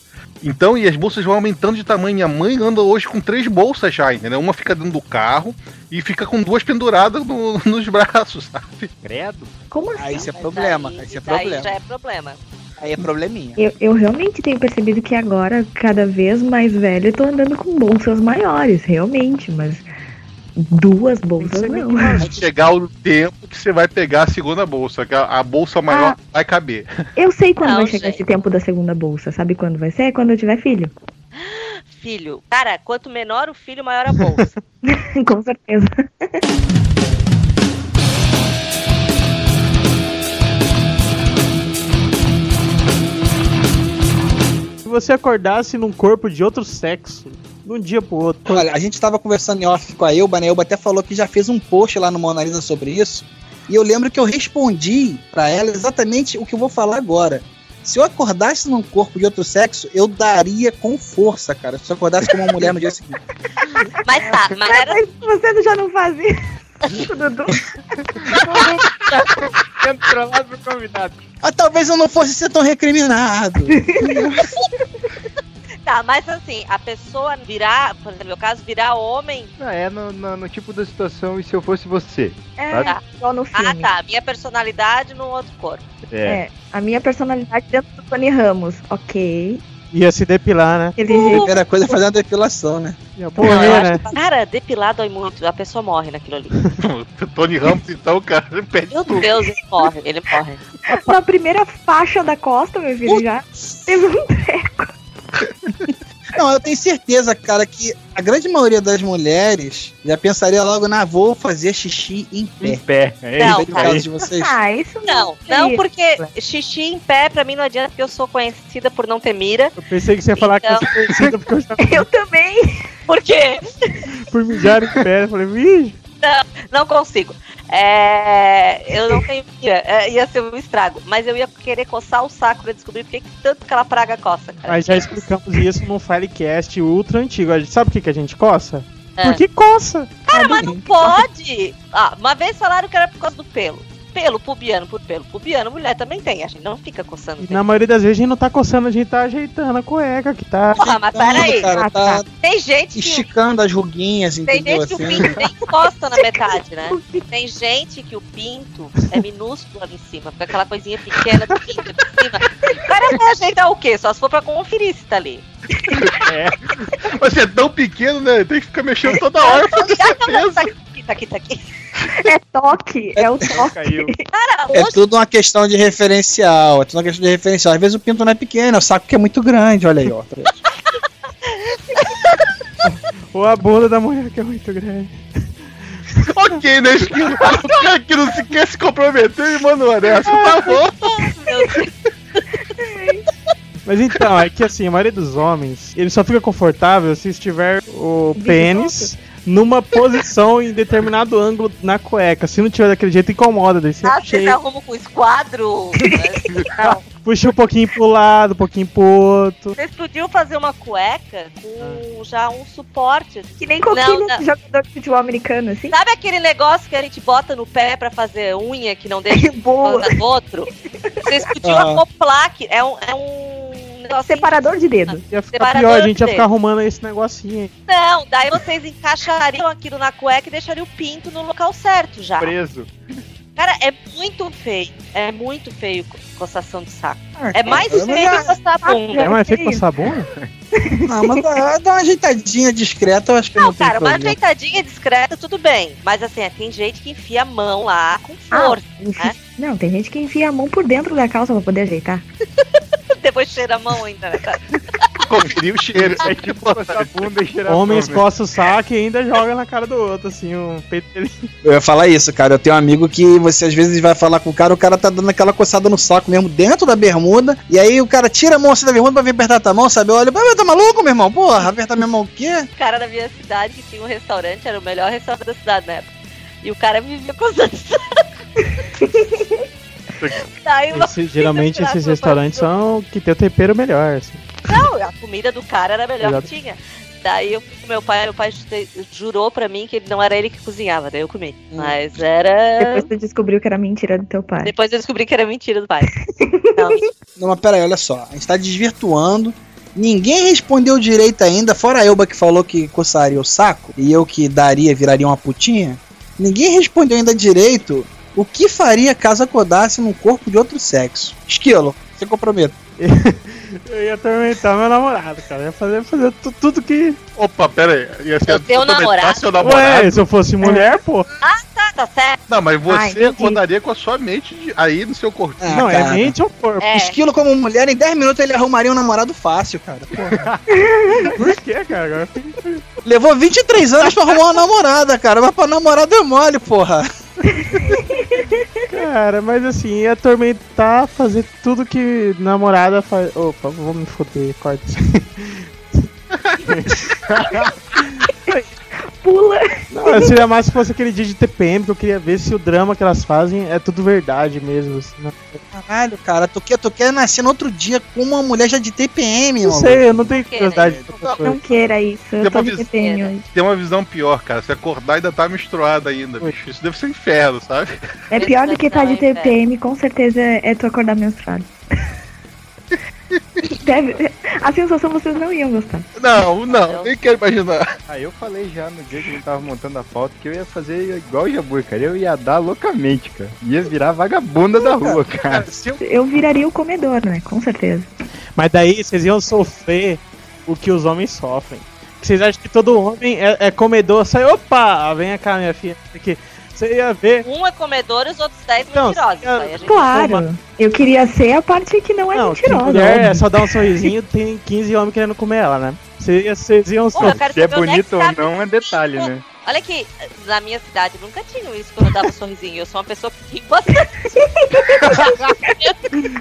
S4: Então, e as bolsas vão aumentando de tamanho. Minha mãe anda hoje com três bolsas já, entendeu? Uma fica dentro do carro e fica com duas penduradas no- [LAUGHS] nos braços, sabe?
S8: Credo.
S2: Como assim?
S5: Aí isso é
S1: Mas
S5: problema,
S1: aí-
S5: aí isso é
S1: daí
S5: problema.
S1: já é problema.
S5: Aí é probleminha.
S2: Eu, eu realmente tenho percebido que agora, cada vez mais velha, eu tô andando com bolsas maiores, realmente, mas duas bolsas não.
S4: Vai chegar o tempo que você vai pegar a segunda bolsa, que a, a bolsa maior vai caber. [LAUGHS]
S2: Eu sei quando
S1: Não,
S2: vai chegar
S1: gente.
S2: esse tempo da segunda bolsa, sabe quando vai ser? É quando eu tiver filho. [LAUGHS]
S1: Filho. Cara, quanto menor o filho, maior a bolsa.
S2: com certeza.
S3: Se você acordasse num corpo de outro sexo, de um dia pro outro.
S5: Olha, a gente tava conversando em off com a Elba, né? A Elba até falou que já fez um post lá no Mona Lisa sobre isso. E eu lembro que eu respondi pra ela exatamente o que eu vou falar agora. Se eu acordasse num corpo de outro sexo, eu daria com força, cara. Se eu acordasse com uma mulher no dia seguinte.
S1: Mas tá,
S5: Ah,
S1: mas era
S2: Mas você já não fazia
S5: [LAUGHS]
S2: isso, Dudu?
S8: Controlado pro convidado.
S5: Ah, talvez eu não fosse ser tão recriminado.
S1: Tá, mas assim, a pessoa virar, por exemplo, no meu caso, virar homem.
S8: Não, é no, no- no tipo da situação e se eu fosse você.
S2: É, igual no
S1: Ah,
S2: filme.
S1: tá, minha personalidade num outro corpo.
S8: É.
S2: É, a minha personalidade dentro do Tony Ramos. Ok.
S3: Ia se depilar, né?
S2: Aquele
S1: Uh,
S2: jeito.
S5: Primeira coisa é fazer uma depilação, né?
S3: Ia
S1: Não, eu
S3: morrer, né?
S1: acho que- Cara, depilado dói muito, a pessoa morre naquilo ali.
S4: Tony Ramos, então, cara, [LAUGHS] ele perde
S1: Meu
S4: tudo.
S1: Deus, ele morre, ele morre.
S2: tá Na primeira faixa da costa, meu filho, já teve um
S5: Não, eu tenho certeza, cara, que a grande maioria das mulheres já pensaria logo na "Ah, vou fazer xixi em
S8: Em
S5: pé.
S8: pé. É
S1: Não,
S8: isso
S5: Foi
S8: aí.
S5: no caso de vocês.
S2: Ah, isso
S1: Não, não, porque xixi em pé pra mim não adianta, porque eu sou conhecida por não ter mira.
S3: Eu pensei que você ia falar
S1: Então.
S3: que eu sou conhecido porque eu já
S2: Eu também.
S1: Por quê?
S3: por mijar em pé. Eu falei, vixe.
S1: Não consigo. É, eu não tenho mira, é, ia ser um estrago. Mas eu ia querer coçar o saco pra descobrir por que que tanto que aquela praga coça, cara.
S3: Mas já explicamos isso num filecast ultra antigo. A gente- Sabe por que, que a gente coça?
S1: É.
S3: Porque coça.
S1: Cara, mas não pode! Ah, uma vez falaram que era por causa do pelo. Pelo pubiano, por pelo pubiano, mulher também tem. A gente não fica coçando. o
S3: E
S1: pelo.
S3: na maioria das vezes a gente não tá coçando, a gente tá ajeitando a cueca que tá.
S1: Porra, mas
S5: Então,
S1: peraí.
S5: cara, tá
S1: Tem gente que,
S5: esticando as ruguinhas,
S1: tem
S5: entendeu?
S1: gente que o
S5: Assim,
S1: pinto nem
S5: [LAUGHS]
S1: encosta na metade, né? Tem gente que o pinto é minúsculo ali em cima. Fica aquela coisinha pequena do pinto ali em cima. O cara vai ajeitar o quê? Só se for pra conferir se tá ali.
S4: Mas você é tão pequeno, né? Tem que ficar mexendo toda hora pra ter
S5: [LAUGHS]
S1: Ah, não, não,
S4: certeza.
S1: tá aqui, tá aqui, tá aqui.
S2: É toque, é o toque.
S8: Caiu.
S5: É tudo uma questão de referencial. É tudo uma questão de referencial. Às vezes o pinto não é pequeno, o saco que é muito grande. Olha aí, ó. [LAUGHS] tá vendo?
S3: Ou a bunda da mulher que é muito grande.
S4: ok, né, Esquilo? O cara que não se quer se comprometer e manda uma dessa, tá bom?
S3: Mas então, é que assim, a maioria dos homens, ele só fica confortável se estiver o pênis numa posição em determinado ângulo na cueca. Se não tiver daquele jeito, incomoda. Daí você
S1: Ah,
S5: é
S1: vocês
S3: chega,
S1: arrumam com
S5: [LAUGHS]
S1: esquadro? Não.
S3: puxa um pouquinho pro lado, um pouquinho pro outro.
S1: Vocês podiam fazer uma cueca
S5: Ah.
S1: com já um suporte.
S2: Que nem coquilha
S1: Não, não.
S2: de jogador de futebol americano, assim.
S1: Sabe aquele negócio que a gente bota no pé pra fazer unha que não
S5: [LAUGHS]
S1: deixa
S2: Boa.
S1: o outro? Vocês podiam
S5: Ah.
S1: acoplar, que é um, é um negócio
S2: Separador de dedo.
S3: Ia ficar
S1: Separador
S3: pior, a gente ia
S1: dele.
S3: ficar arrumando esse negocinho aí.
S1: Não, daí vocês encaixariam aquilo na cueca e deixariam o pinto no local certo já.
S8: Preso.
S1: Cara, é muito feio. É muito feio co- coçação de saco.
S5: Ah,
S1: É mais
S5: cara,
S1: feio que
S5: mas- Ah,
S1: coçar a bunda.
S3: É mais feio com
S2: Sim.
S3: sabão?
S5: Não, mas dá, dá uma ajeitadinha discreta, eu acho que não,
S1: Não,
S5: tem
S1: cara, uma
S5: problema.
S1: ajeitadinha discreta, tudo bem. Mas assim, é, tem gente que enfia a mão lá com força.
S5: Ah.
S2: Ah, Enfim,
S1: né?
S2: Não, tem gente que enfia a mão por dentro da calça pra poder ajeitar.
S1: [LAUGHS] Depois cheira a mão ainda, né? cara?
S4: Conferir o cheiro.
S8: É tipo passar a bunda e gerar
S3: Homens
S8: fome.
S3: coçam o saco e ainda joga na cara do outro, assim, o peito dele.
S5: Eu ia falar isso, cara. Eu tenho um amigo que você às vezes vai falar com o cara, o cara tá dando aquela coçada no saco mesmo, dentro da bermuda, e aí o cara tira a mão assim da bermuda pra vir apertar tua mão, sabe? Olha, tá maluco, meu irmão? Porra, apertar minha mão o quê?
S1: O cara da minha cidade que tinha um restaurante, era o melhor restaurante da cidade na época. E o cara vivia coçando
S3: [LAUGHS]
S1: saco. Daí uma
S3: Esse- geralmente
S1: tirar
S3: esses
S1: a
S3: restaurantes são que tem o tempero melhor. assim.
S1: Não, a comida do cara era a melhor
S3: Exato.
S1: que tinha. Daí eu fui com meu pai, meu pai te- jurou pra mim que ele- não era ele que cozinhava, daí eu comi.
S3: Hum.
S1: Mas era.
S2: Depois tu descobriu que era mentira do teu pai.
S1: Depois eu descobri que era mentira do
S3: [LAUGHS]
S1: pai.
S5: Não, mas peraí, olha só. A gente tá desvirtuando. Ninguém respondeu direito ainda, fora a Elba que falou que coçaria o saco, e eu que daria, viraria uma putinha. Ninguém respondeu ainda direito o que faria caso acordasse num corpo de outro sexo. Esquilo, você comprometa.
S3: Eu ia atormentar meu namorado, cara. Eu ia fazer, fazer tu- tudo que.
S4: Opa, pera aí. Ia ser
S1: O teu
S4: totalmente
S1: namorado?
S4: fácil, seu namorado.
S3: Ué, se eu fosse mulher, pô.
S1: tá, tá certo?
S4: Não, mas
S2: Ah,
S4: você
S2: entendi.
S4: acordaria com a sua mente de- aí no seu corpo.
S5: Ah,
S3: não, é
S5: cara.
S3: mente ou corpo.
S1: É.
S5: Esquilo como mulher, em 10 minutos ele arrumaria um namorado fácil, cara.
S3: Por quê, cara? Agora eu fiquei-
S5: Levou 23 anos pra arrumar uma namorada, cara. Mas pra namorada é mole, porra.
S3: Cara, mas assim, ia atormentar, fazer tudo que namorada faz. Opa, vou me foder, corta isso.
S2: Pula!
S3: Não, seria mais se fosse aquele dia de TPM que eu queria ver se o drama que elas fazem é tudo verdade mesmo. assim, né?
S5: Caralho, cara, tu quer, tu quer nascer no outro dia com uma mulher já de TPM,
S3: Não
S5: mano.
S3: sei, eu não tenho
S1: Queira.
S3: curiosidade pra essas
S2: Não
S3: coisas.
S2: queira isso. Eu tô
S4: Depois
S2: de
S4: disso.
S2: TPM hoje.
S4: Tem uma visão pior, cara. Se acordar ainda tá menstruada ainda, bicho. Isso deve ser um inferno, sabe?
S2: É pior do que tá de
S1: Não, hein,
S2: TPM, com certeza é tu acordar menstruado. Deve... A sensação vocês não iam gostar.
S4: Não, não. Nem quero imaginar.
S8: Ah, eu falei já no dia que a gente tava montando a pauta que eu ia fazer igual o Jabur, cara. Eu ia dar loucamente, cara. Ia virar vagabunda da rua, cara.
S4: Se eu
S2: Eu viraria o comedor, né? Com certeza.
S3: Mas daí vocês iam sofrer o que os homens sofrem. Que Vocês acham que todo homem é, é comedor, sai, opa, vem cá, minha filha, aqui. Você ia ver.
S1: Um é comedor e os outros dez
S3: Não,
S1: mentirosos.
S3: eu-
S1: Aí a gente-
S2: Claro! Eu queria ser a parte que não é
S3: não, que
S2: mentirosa.
S3: mulher é
S2: óbvio.
S3: só dar um sorrisinho, tem 15 homens querendo comer ela, né? Vocês iam- Vocês iam
S1: Porra, eu
S3: sofrer.
S1: quero
S8: Se é
S1: saber onde que
S8: bonito
S1: tá
S8: ou não é detalhe, né?
S1: Olha aqui, na minha cidade nunca tinha isso quando eu dava um sorrisinho. Eu sou uma pessoa que ri bastante.
S3: [LAUGHS]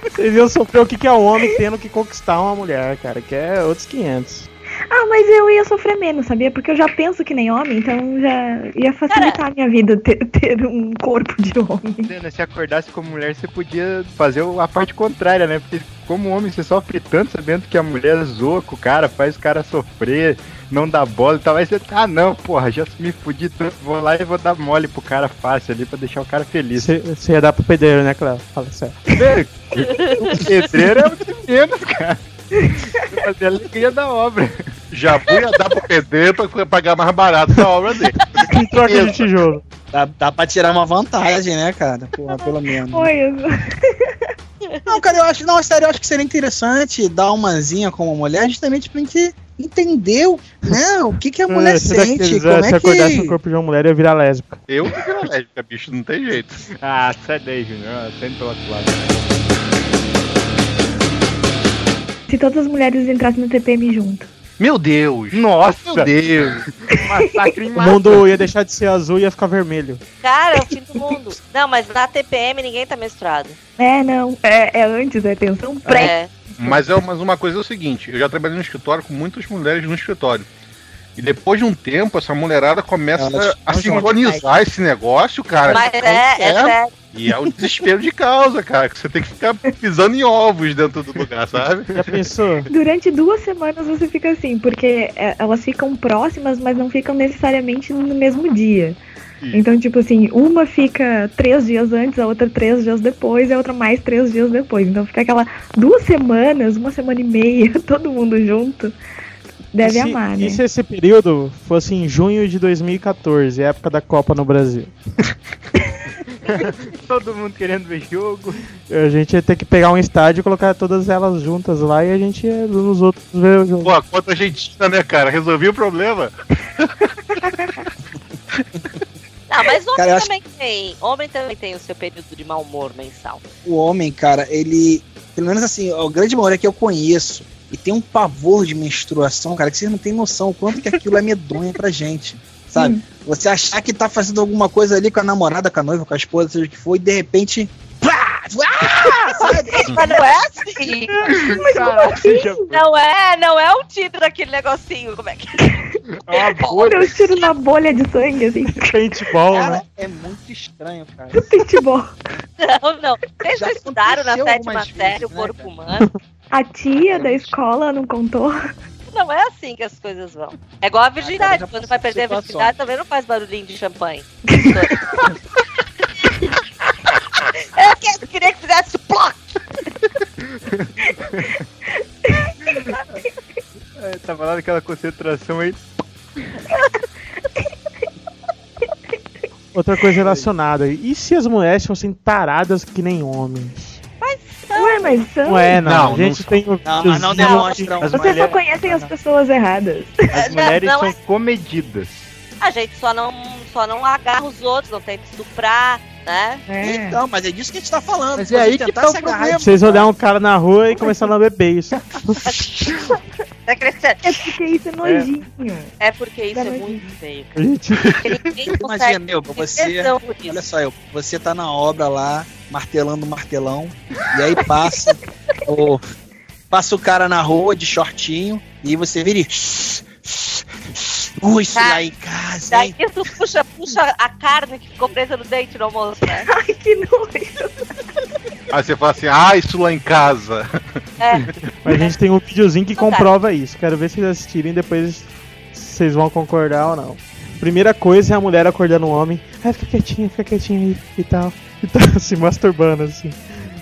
S3: Vocês iam sofrer o que que é um homem tendo que conquistar uma mulher, cara, que é outros 500.
S2: Ah, mas eu ia sofrer menos, sabia? Porque eu já penso que nem homem, então já ia facilitar a minha vida ter, ter um corpo de homem.
S8: Dana, né? se acordasse como mulher, você podia fazer o- a parte contrária, né? Porque como homem, você sofre tanto sabendo que a mulher zoa com o cara, faz o cara sofrer, não dá bola e tal. Aí você, ah não, porra, já me fudi tanto, vou lá e vou dar mole pro cara fácil ali pra deixar o cara
S3: [LAUGHS]
S8: feliz.
S3: Você você ia dar pro pedreiro, né, Cléo? Fala
S5: [LAUGHS]
S3: sério.
S8: O pedreiro é o que menos, cara. Você Fazer a alegria da obra.
S4: já fui a dar pro pedreiro pra pagar mais barato na obra dele.
S3: Em troca de tijolo.
S5: Dá, dá pra tirar uma vantagem, né, cara? Porra, pelo menos.
S2: Foi isso.
S5: Não, cara, eu acho. Não, sério, eu acho que seria interessante dar uma zinha com uma mulher justamente pra gente entendeu né, o que, que a
S3: É,
S5: mulher
S3: se daqui-
S5: sente,
S3: se
S5: como é
S3: acordasse no
S5: que...
S3: corpo de uma mulher, eu ia virar lésbica.
S4: Eu que viro lésbica, bicho, não tem jeito.
S8: Ah, sai daí, Junior. Sai pelo outro lado.
S2: Se todas as mulheres entrassem no TPM junto.
S4: Meu Deus! Meu
S8: Nossa!
S4: Deus!
S8: Massacre em
S3: O mundo ia deixar de ser azul e ia ficar vermelho.
S1: Cara, é o fim do mundo. Não, mas na TPM ninguém tá menstruado.
S2: É, não. É, é antes, é tensão pré.
S1: É.
S4: Mas, é, mas uma coisa é o seguinte: eu já trabalhei no escritório com muitas mulheres no escritório. E depois de um tempo, essa mulherada começa
S5: Elas-
S4: a sincronizar esse negócio, cara.
S1: Mas é, é,
S4: É.
S1: sério.
S4: E é um desespero de causa, cara. Que você tem que ficar pisando em ovos dentro do lugar, sabe?
S3: Já pensou?
S2: Durante duas semanas você fica assim, porque é, elas ficam próximas, mas não ficam necessariamente no mesmo dia.
S4: Sim.
S2: Então, tipo assim, uma fica três dias antes, a outra três dias depois, e a outra mais três dias depois. Então fica aquela duas semanas, uma semana e meia, [LAUGHS] todo mundo junto. Deve
S3: E se-
S2: amar, né?
S3: E se esse período fosse em junho de 2014, época da Copa no Brasil?
S8: Todo mundo querendo ver jogo.
S3: A gente ia ter que pegar um estádio e colocar todas elas juntas lá e a gente ia nos outros ver o jogo.
S4: Pô, contra a Argentina, né, cara? Resolvi o problema.
S1: Não, mas homem
S5: Cara, eu acho
S1: também tem. Homem também tem o seu período de mau humor mensal.
S5: O homem, cara, ele... Pelo menos assim, a grande maioria que eu conheço e tem um pavor de menstruação, cara, que vocês não têm noção o quanto que aquilo é medonho pra gente, sabe? Você achar que tá fazendo alguma coisa ali com a namorada, com a noiva, com a esposa, seja o que for, e de repente... Plá! Ah! Sai daí!
S1: Mas não é assim.
S8: Caraca, já foi.
S1: Não é, não é o tiro daquele negocinho. Como é que [LAUGHS]
S8: É uma
S2: Quando
S8: bolha.
S2: eu tiro na bolha de sangue, assim, [LAUGHS]
S3: Paintball, né?
S5: Cara, é muito estranho, cara.
S2: futebol.
S1: não, não? Vocês
S5: Já
S1: não estudaram na
S5: aconteceu
S1: sétima
S5: algumas
S1: série o
S5: vezes, né,
S1: corpo
S5: cara?
S1: humano?
S2: A tia da escola não contou.
S1: Não é assim que as coisas vão. É igual a virgindade.
S5: já
S1: Quando vai
S5: passei por
S1: perder a
S5: situação.
S1: virgindade, também não faz barulhinho de champanhe. Eu que- queria que fizesse um ploc!
S8: É, Tava lá naquela concentração aí.
S3: Outra coisa relacionada. E se as mulheres fossem taradas que nem homens?
S2: Ué, mas são.
S3: Não é, não.
S4: Não,
S3: a gente
S4: não-
S3: tem o.
S5: Não, mas não demonstram.
S8: As
S2: Vocês só
S8: mulheres,
S2: conhecem as pessoas erradas.
S8: as mulheres
S1: Não, é-
S8: são comedidas.
S1: A gente só não, só não agarra os outros, não tenta estuprar,
S2: [LAUGHS]
S1: né?
S2: É.
S5: Então, mas é disso que a gente tá falando.
S9: Mas
S5: Se
S9: é
S5: você
S9: aí que
S5: tentar
S9: tá o
S5: se agarrar
S9: problema.
S5: e
S3: Vocês olhar um cara na rua e começar a lamber beijo.
S1: Tá crescendo.
S2: É porque isso é nojinho.
S1: É porque isso
S2: Dá
S1: é
S2: nojinho.
S1: muito feio. cara.
S3: Gente,
S1: Ninguém
S5: [LAUGHS] Imagina,
S1: consegue
S5: meu,
S1: ter
S5: você.
S1: tesão por
S5: Olha assim.
S1: isso.
S5: só, eu, você tá na obra lá, martelando o martelão, e aí passa o, passa o cara na rua de shortinho, e você vira e. Ui, isso lá em casa,
S1: Daí
S5: hein?
S1: tu puxa, puxa a carne que ficou presa no dente no almoço, né?
S2: Ai, que nojo.
S4: Aí você fala assim, ah, isso lá em casa.
S1: É,
S3: a gente tem um videozinho que comprova isso. Quero ver se vocês assistirem depois vocês vão concordar ou não. Primeira coisa é a mulher acordando o homem. Ai, fica quietinha, fica quietinha aí e tal. E tá [LAUGHS] se masturbando assim.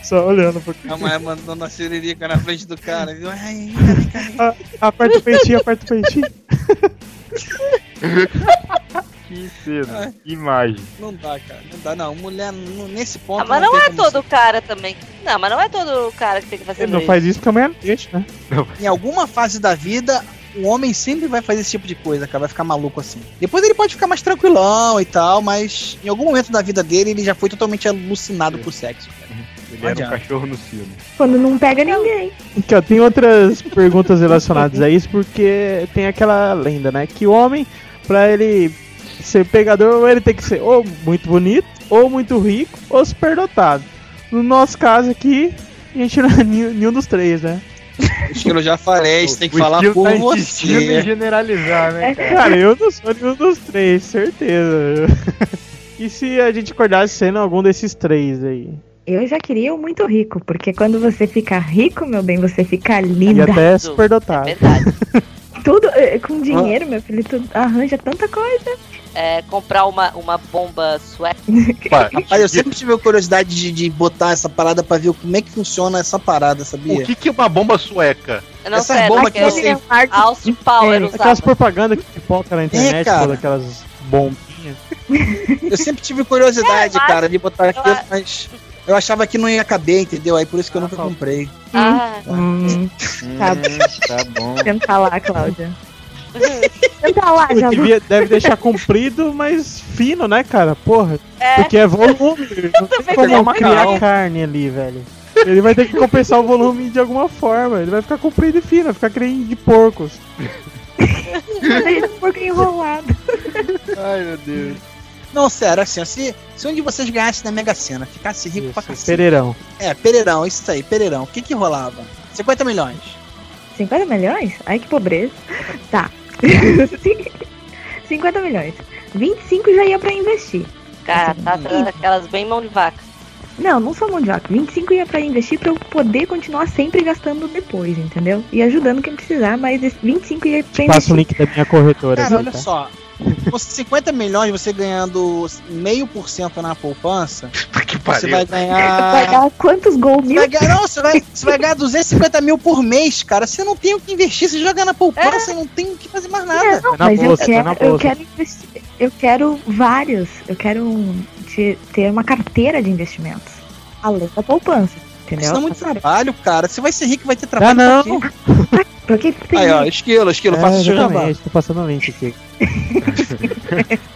S3: Só olhando um pro
S5: A mulher mandando a siririca na frente do cara, viu? Ai, vem cá, vem cá.
S3: Aperta o peitinho, aperta o peitinho.
S8: Que
S1: Ah.
S8: cena. Que imagem.
S5: Não dá, cara, não dá, não. Mulher, não- nesse ponto.
S1: Ah, mas não
S5: tem
S1: é
S5: como
S1: todo cara também. Não, mas não é todo cara que tem que fazer
S3: Ele não
S1: isso.
S3: faz isso porque a mulher não deixa, né?
S5: Em alguma fase da vida, o homem sempre vai fazer esse tipo de coisa, cara. Vai ficar maluco assim. Depois ele pode ficar mais tranquilão e tal, mas em algum momento da vida dele, ele já foi totalmente alucinado por sexo.
S8: Ele
S5: Não
S8: era um
S5: adianta.
S8: cachorro no sino.
S2: Quando não pega ninguém.
S3: Aqui, ó, tem outras perguntas relacionadas a isso, porque tem aquela lenda, né? Que o homem, pra ele ser pegador, ele tem que ser ou muito bonito, ou muito rico, ou superdotado. No nosso caso aqui, a gente não é [LAUGHS] nenhum nenhum dos três, né?
S5: Acho que eu já falei, você tem que falar
S8: estilo
S5: por
S8: tá insistindo em
S5: você.
S8: generalizar,
S1: É
S8: né, cara?
S3: Cara, eu não sou nenhum dos três, certeza. [LAUGHS] E se a gente acordasse sendo algum desses três aí?
S2: Eu já queria um muito rico, porque quando você fica rico, meu bem, você fica
S3: E
S2: linda.
S3: até
S1: É
S3: superdotado.
S1: verdade.
S2: Tudo eh, com dinheiro, meu filho, tu arranja tanta coisa.
S1: É, comprar uma, uma bomba sueca.
S4: Pá,
S5: Rapaz, eu sempre tive curiosidade de, de botar essa parada pra ver como é que funciona essa parada,
S4: o
S5: sabia?
S4: que, que é uma bomba sueca?
S1: Eu não
S5: Essa
S1: sei,
S5: bomba que
S1: aquela
S5: você-
S2: assim, ah.
S1: Austin Power
S3: É, Aquelas
S1: usava.
S3: propagandas que pipoca na internet,
S5: cara.
S3: todas aquelas bombinhas.
S5: Eu sempre tive curiosidade,
S1: É, eu
S5: cara, de botar
S1: eu
S5: aquilo,
S1: acho-
S5: mas Eu achava que não ia caber, entendeu? Aí por isso que eu nunca comprei.
S1: Ah,
S2: Hum,
S8: Hum,
S2: Tá.
S8: tá bom.
S2: senta lá, [LAUGHS] Cláudia. Senta lá,
S3: Pô,
S2: Ah, já vou.
S3: devia- deve deixar comprido, mas fino, né, cara? Porra.
S1: É.
S3: Porque é volume. Não tem
S1: também
S3: como
S1: pensei
S3: criar
S1: isso.
S3: carne ali, velho. Ele vai ter que compensar o volume de alguma forma. Ele vai ficar comprido e fino, vai ficar creme de porcos.
S2: Deixa o porco um enrolado.
S4: Ai, meu Deus.
S5: Não, sério, assim, ó, se, se um de vocês ganhasse na Mega Sena, ficasse rico pra
S3: Isso,
S5: cacete.
S3: Pereirão.
S5: É, Pereirão, isso aí, Pereirão. O que que rolava? 50 milhões.
S2: 50 milhões? Ai, que pobreza. Tá. [LAUGHS] 50 milhões. 25 já ia pra investir.
S1: cara, tá dando aquelas bem mão de vaca.
S2: Não, não sou mão de vaca. 25 ia pra investir pra eu poder continuar sempre gastando depois, entendeu? E ajudando quem precisar, mas esse 25 ia pra
S3: Passa o
S2: investir.
S3: link da minha corretora.
S5: Cara,
S3: aqui,
S5: olha
S3: tá?
S5: só. Com 50 milhões, você ganhando meio por cento na poupança,
S4: Puta que
S5: você vai
S4: pariu.
S2: Vai
S5: ganhar.
S2: dar quantos gols
S5: Você
S2: mil?
S5: vai ganhar, não, você vai, você vai ganhar 250 mil por mês, cara. Você não tem o que investir, você joga na poupança, você não tem o que fazer mais nada.
S2: Não,
S3: Tá na
S2: mas
S3: bolsa,
S2: eu
S3: tá na
S2: quero, eu
S3: bolsa.
S2: quero investir. Eu quero vários. Eu quero um- te- ter uma carteira de investimentos. Além da poupança. Entendeu?
S5: Isso dá muito
S2: Pra-
S5: trabalho, É. cara. Você vai ser rico, vai ter
S3: Ah,
S5: trabalho.
S3: não!
S5: pra quê?
S2: Pra que que tem?
S5: Aí, ó, esquilo, esquilo,
S3: É,
S5: faça o seu trabalho.
S3: exatamente, tô passando o link aqui.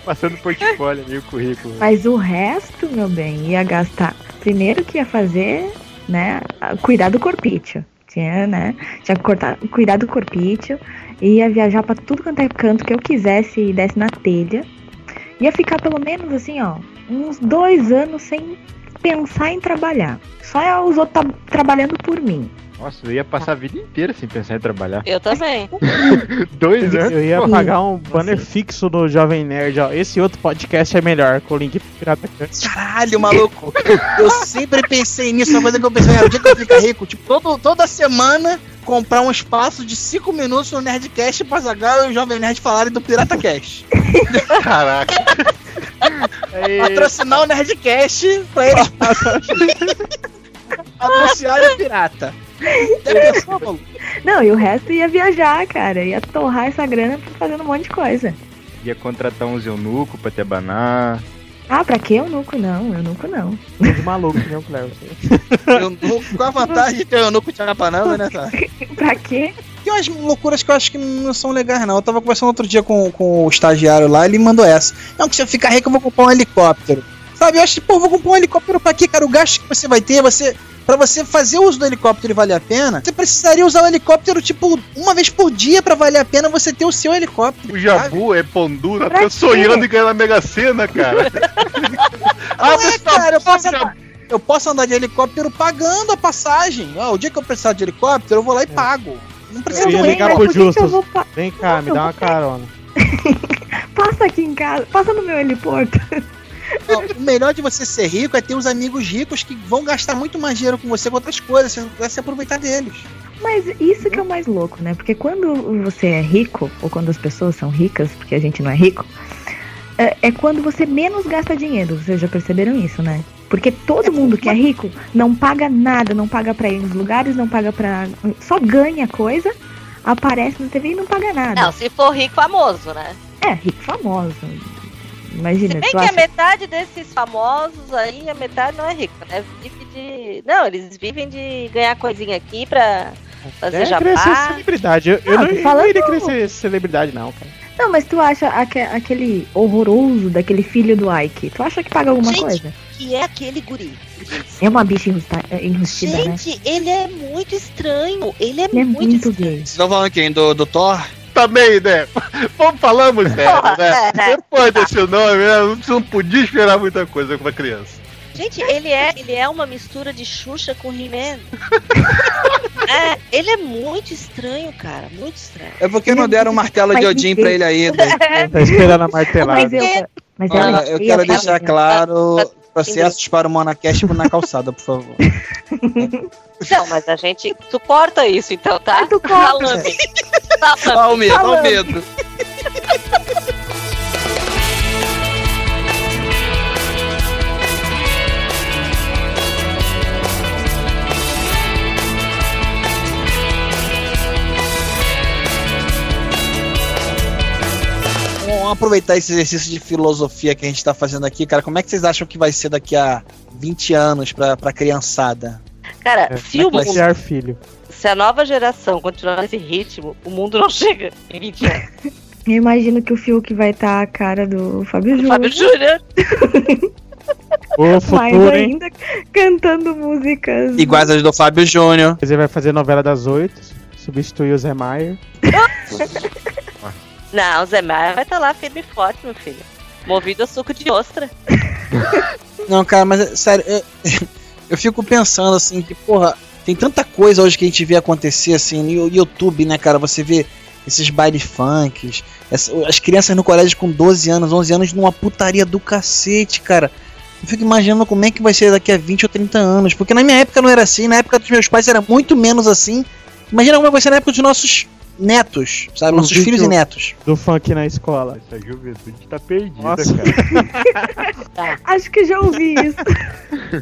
S8: Passando o portfólio ali, o currículo.
S2: Mas o resto, meu bem, ia gastar. Primeiro que ia fazer, né? a- Cuidar do corpício. Tinha, né? Tinha que cortar, cuidar do corpício. Ia viajar pra tudo quanto é canto que eu quisesse e desse na telha. Ia ficar pelo menos assim, ó, uns dois anos sem pensar em trabalhar. Só os outros tá trabalhando por mim.
S8: Nossa, eu ia passar a vida inteira sem pensar em trabalhar.
S1: Eu também.
S8: Dois
S5: é.
S8: anos.
S3: Eu ia
S8: pô.
S3: pagar um banner fixo no Jovem Nerd, ó. Esse outro podcast é melhor, com o link pirata.
S5: Caralho, maluco. Eu sempre pensei nisso, uma coisa que eu pensei, "Ah, o dia que eu ficar rico, tipo, todo- toda semana comprar um espaço de 5 minutos no Nerdcast pra Zagal e o Jovem Nerd falarem do Pirata Cast.
S4: Caraca.
S5: Patrocinar o Nerdcast pra eles patrocinar o Pirata. Já pensou, maluco?
S2: Não, e o resto ia viajar, cara. Ia torrar essa grana fazendo um monte de coisa.
S8: Ia contratar uns eunuco pra te abanar.
S2: Ah, pra que eu nuco não? Eu nuco não. [LAUGHS]
S3: Coisa de maluco, né, o Cléo?
S5: Eu nunca- Qual a vantagem de ter o Eunuco de Arapanama, né, cara?
S2: pra quê?
S5: Tem umas loucuras que eu acho que não são legais, não. Eu tava conversando outro dia com, com o estagiário lá, ele mandou essa. Não, que se eu ficar rico, eu vou comprar um helicóptero. Sabe, eu acho que, pô, eu vou comprar um helicóptero pra quê, cara? O gasto que você vai ter, você. Pra você fazer uso do helicóptero e valer a pena, você precisaria usar o helicóptero, tipo, uma vez por dia pra valer a pena você ter o seu helicóptero.
S4: O Jabu é Pondura,
S2: Pra
S4: tá
S2: quê?
S4: sonhando em ganhar na Mega Sena, cara.
S5: Ah, é, cara, eu posso,
S4: já-
S5: andar, eu posso andar de helicóptero pagando a passagem. Ó, o dia que eu precisar de helicóptero, eu vou lá e pago. Não precisa
S3: É. Eu ia
S5: de um
S3: ligar
S2: mas
S3: pro
S2: por que que eu
S3: Justus.
S2: vou pa-
S3: Vem cá, me dá uma carona.
S2: Passa aqui em casa, passa no meu heliporto.
S5: Não, o melhor de você ser rico é ter uns amigos ricos que vão gastar muito mais dinheiro com você com outras coisas. Você vai se aproveitar deles.
S2: Mas isso que é o mais louco, né? Porque quando você é rico, ou quando as pessoas são ricas, porque a gente não é rico, é, é quando você menos gasta dinheiro. Vocês já perceberam isso, né? Porque todo mundo que é rico não paga nada, não paga pra ir nos lugares, não paga pra. só ganha coisa, aparece na TV e Ah, não paga nada.
S1: Não, se for rico, famoso, né?
S2: É, rico famoso.
S1: Se
S2: Imagina,
S1: bem
S2: tu
S1: que é
S2: acha-
S1: a metade desses famosos aí, a metade não é rica, né? Vive de. Não, eles vivem de ganhar coisinha aqui pra fazer
S3: É crescer
S1: jabá.
S3: celebridade. Eu, eu
S2: Não,
S3: não,
S2: tô
S3: eu
S2: falando-
S3: Ah, não iria crescer celebridade, não, cara.
S2: Não, mas tu acha aque- aquele horroroso daquele filho do Ike? Tu acha que paga alguma
S9: Gente.
S2: coisa?
S9: que é aquele guri.
S2: É uma bicha enrusta- eh, enrustida, né?
S9: Gente, ele é muito estranho. Ele é,
S2: Ele é
S9: muito,
S2: muito
S9: estranho.
S2: gay.
S5: Vocês estão falando quem? Do, do Thor?
S4: Também, né? Vamos falamos sério,
S1: Porra,
S4: né?
S1: é, né?
S4: Depois desse nome, né? Não- Você não podia esperar muita coisa pra criança.
S1: Gente, ele é, ele é uma mistura de Xuxa com He-Man. é, ele é muito estranho, cara. Muito estranho.
S5: É porque não deram o martelo de Odin pra ele
S2: [LAUGHS]
S5: ainda.
S3: [LAUGHS]
S5: [LAUGHS]
S3: Tá esperando a
S2: Mas
S3: martelada.
S2: eu, mas ela
S5: Olha,
S2: é
S5: Ah, eu
S2: feia,
S5: quero
S2: tá?
S5: deixar claro processos para o Monacast na calçada, por favor.
S1: Não, mas a gente suporta isso, então, tá?
S2: Ah, tu corta.
S1: Salame. Salame.
S5: Olha Tá o medo, olha o
S2: Falando.
S5: medo. Uma aproveitar esse exercício de filosofia que a gente tá fazendo aqui, cara, como é que vocês acham que vai ser daqui a 20 anos pra, pra criançada?
S1: Cara,
S3: É,
S1: se, o
S5: vai
S1: mundo,
S3: Criar filho.
S1: se a nova geração continuar nesse ritmo, o mundo não [LAUGHS] chega em 20 anos.
S2: Eu imagino que o Fiuk vai estar a cara do Fábio Júnior.
S1: Fábio Júnior.
S3: O
S2: Mas
S3: futuro, hein?
S2: ainda cantando músicas.
S5: Iguais as do Fábio Júnior.
S3: Ele vai fazer novela das oito, substituir o Zé Maier.
S1: Não, o Zé Maia vai estar lá firme e forte, meu filho. Movido a suco de ostra.
S5: Não, cara, mas é- sério, eu, [LAUGHS] eu fico pensando assim que, porra, tem tanta coisa hoje que a gente vê acontecer assim no YouTube, né, cara? Você vê esses baile funks, essa- as crianças no colégio com 12 anos, 11 anos numa putaria do cacete, cara. Eu fico imaginando como é que vai ser daqui a 20 ou 30 anos, porque na minha época não era assim, na época dos meus pais era muito menos assim. Imagina como vai ser na época dos nossos netos, sabe?
S3: Os
S5: Nossos filhos e
S3: vídeos-
S5: netos.
S3: Do funk na escola.
S8: Essa juventude tá perdida,
S3: Nossa.
S8: cara.
S2: Acho que já ouvi isso.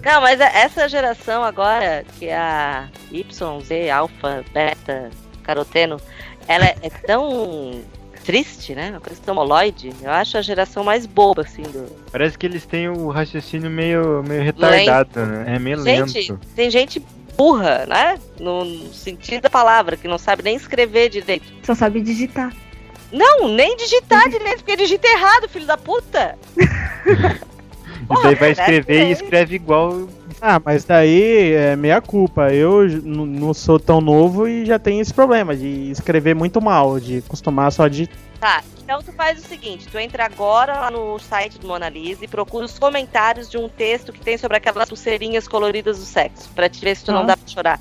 S1: Não, mas a- essa geração agora, que é a Y, Z, Alpha, Beta, Caroteno, ela é, é tão triste, né? Uma coisa tão moloide. Eu acho a geração mais boba, assim, do,
S8: Parece que eles têm o raciocínio meio, meio retardado, né? É meio
S1: Gente,
S8: lento.
S1: tem gente burra, né? No, no sentido da palavra, que não sabe nem escrever direito.
S2: Só sabe digitar.
S1: Não, nem digitar direito, porque digita errado, filho da puta.
S8: E daí vai
S1: Porra, é
S8: escrever e escreve igual.
S3: Ah, mas daí é meia culpa. Eu j- n- não sou tão novo e já tenho esse problema de escrever muito mal, de acostumar só de.
S1: Tá, então tu faz o seguinte, tu entra agora lá no site do Mona Lisa e procura os comentários de um texto que tem sobre aquelas pulseirinhas coloridas do sexo, pra te ver se tu não
S2: Nossa.
S1: dá pra chorar.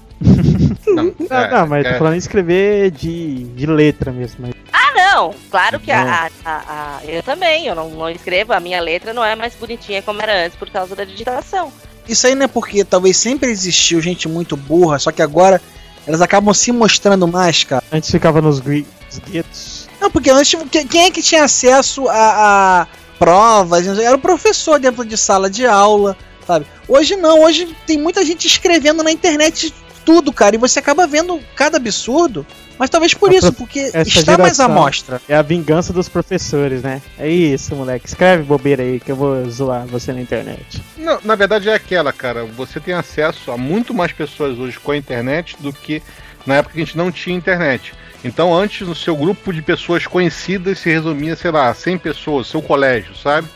S4: Não,
S3: Ah, Não,
S4: é,
S3: não, mas
S4: é,
S3: tô falando em escrever de, de letra mesmo. mas-
S1: Ah, não! Claro que a, a- a- a- eu também, eu não, não escrevo, a minha letra não é mais bonitinha como era antes por causa da digitação.
S5: Isso aí não é porque talvez sempre existiu gente muito burra, só que agora elas acabam se mostrando mais, cara.
S3: Antes ficava nos gui- nos guetos.
S5: Não, porque antes, tipo, que- quem é que tinha acesso a, a provas? Era o professor dentro de sala de aula, sabe? Hoje não, hoje tem muita gente escrevendo na internet tudo, cara, e você acaba vendo cada absurdo, mas talvez por
S3: A
S5: isso,
S3: pro-
S5: porque
S3: essa
S5: está mais à
S3: geração-
S5: mostra.
S3: É a vingança dos professores, né? É isso, moleque. Escreve bobeira aí que eu vou zoar você na internet.
S4: Não, na verdade é aquela, cara. Você tem acesso a muito mais pessoas hoje com a internet do que na época que a gente não tinha internet. Então, antes, no seu grupo de pessoas conhecidas se resumia, sei lá, 100 pessoas, seu colégio, sabe?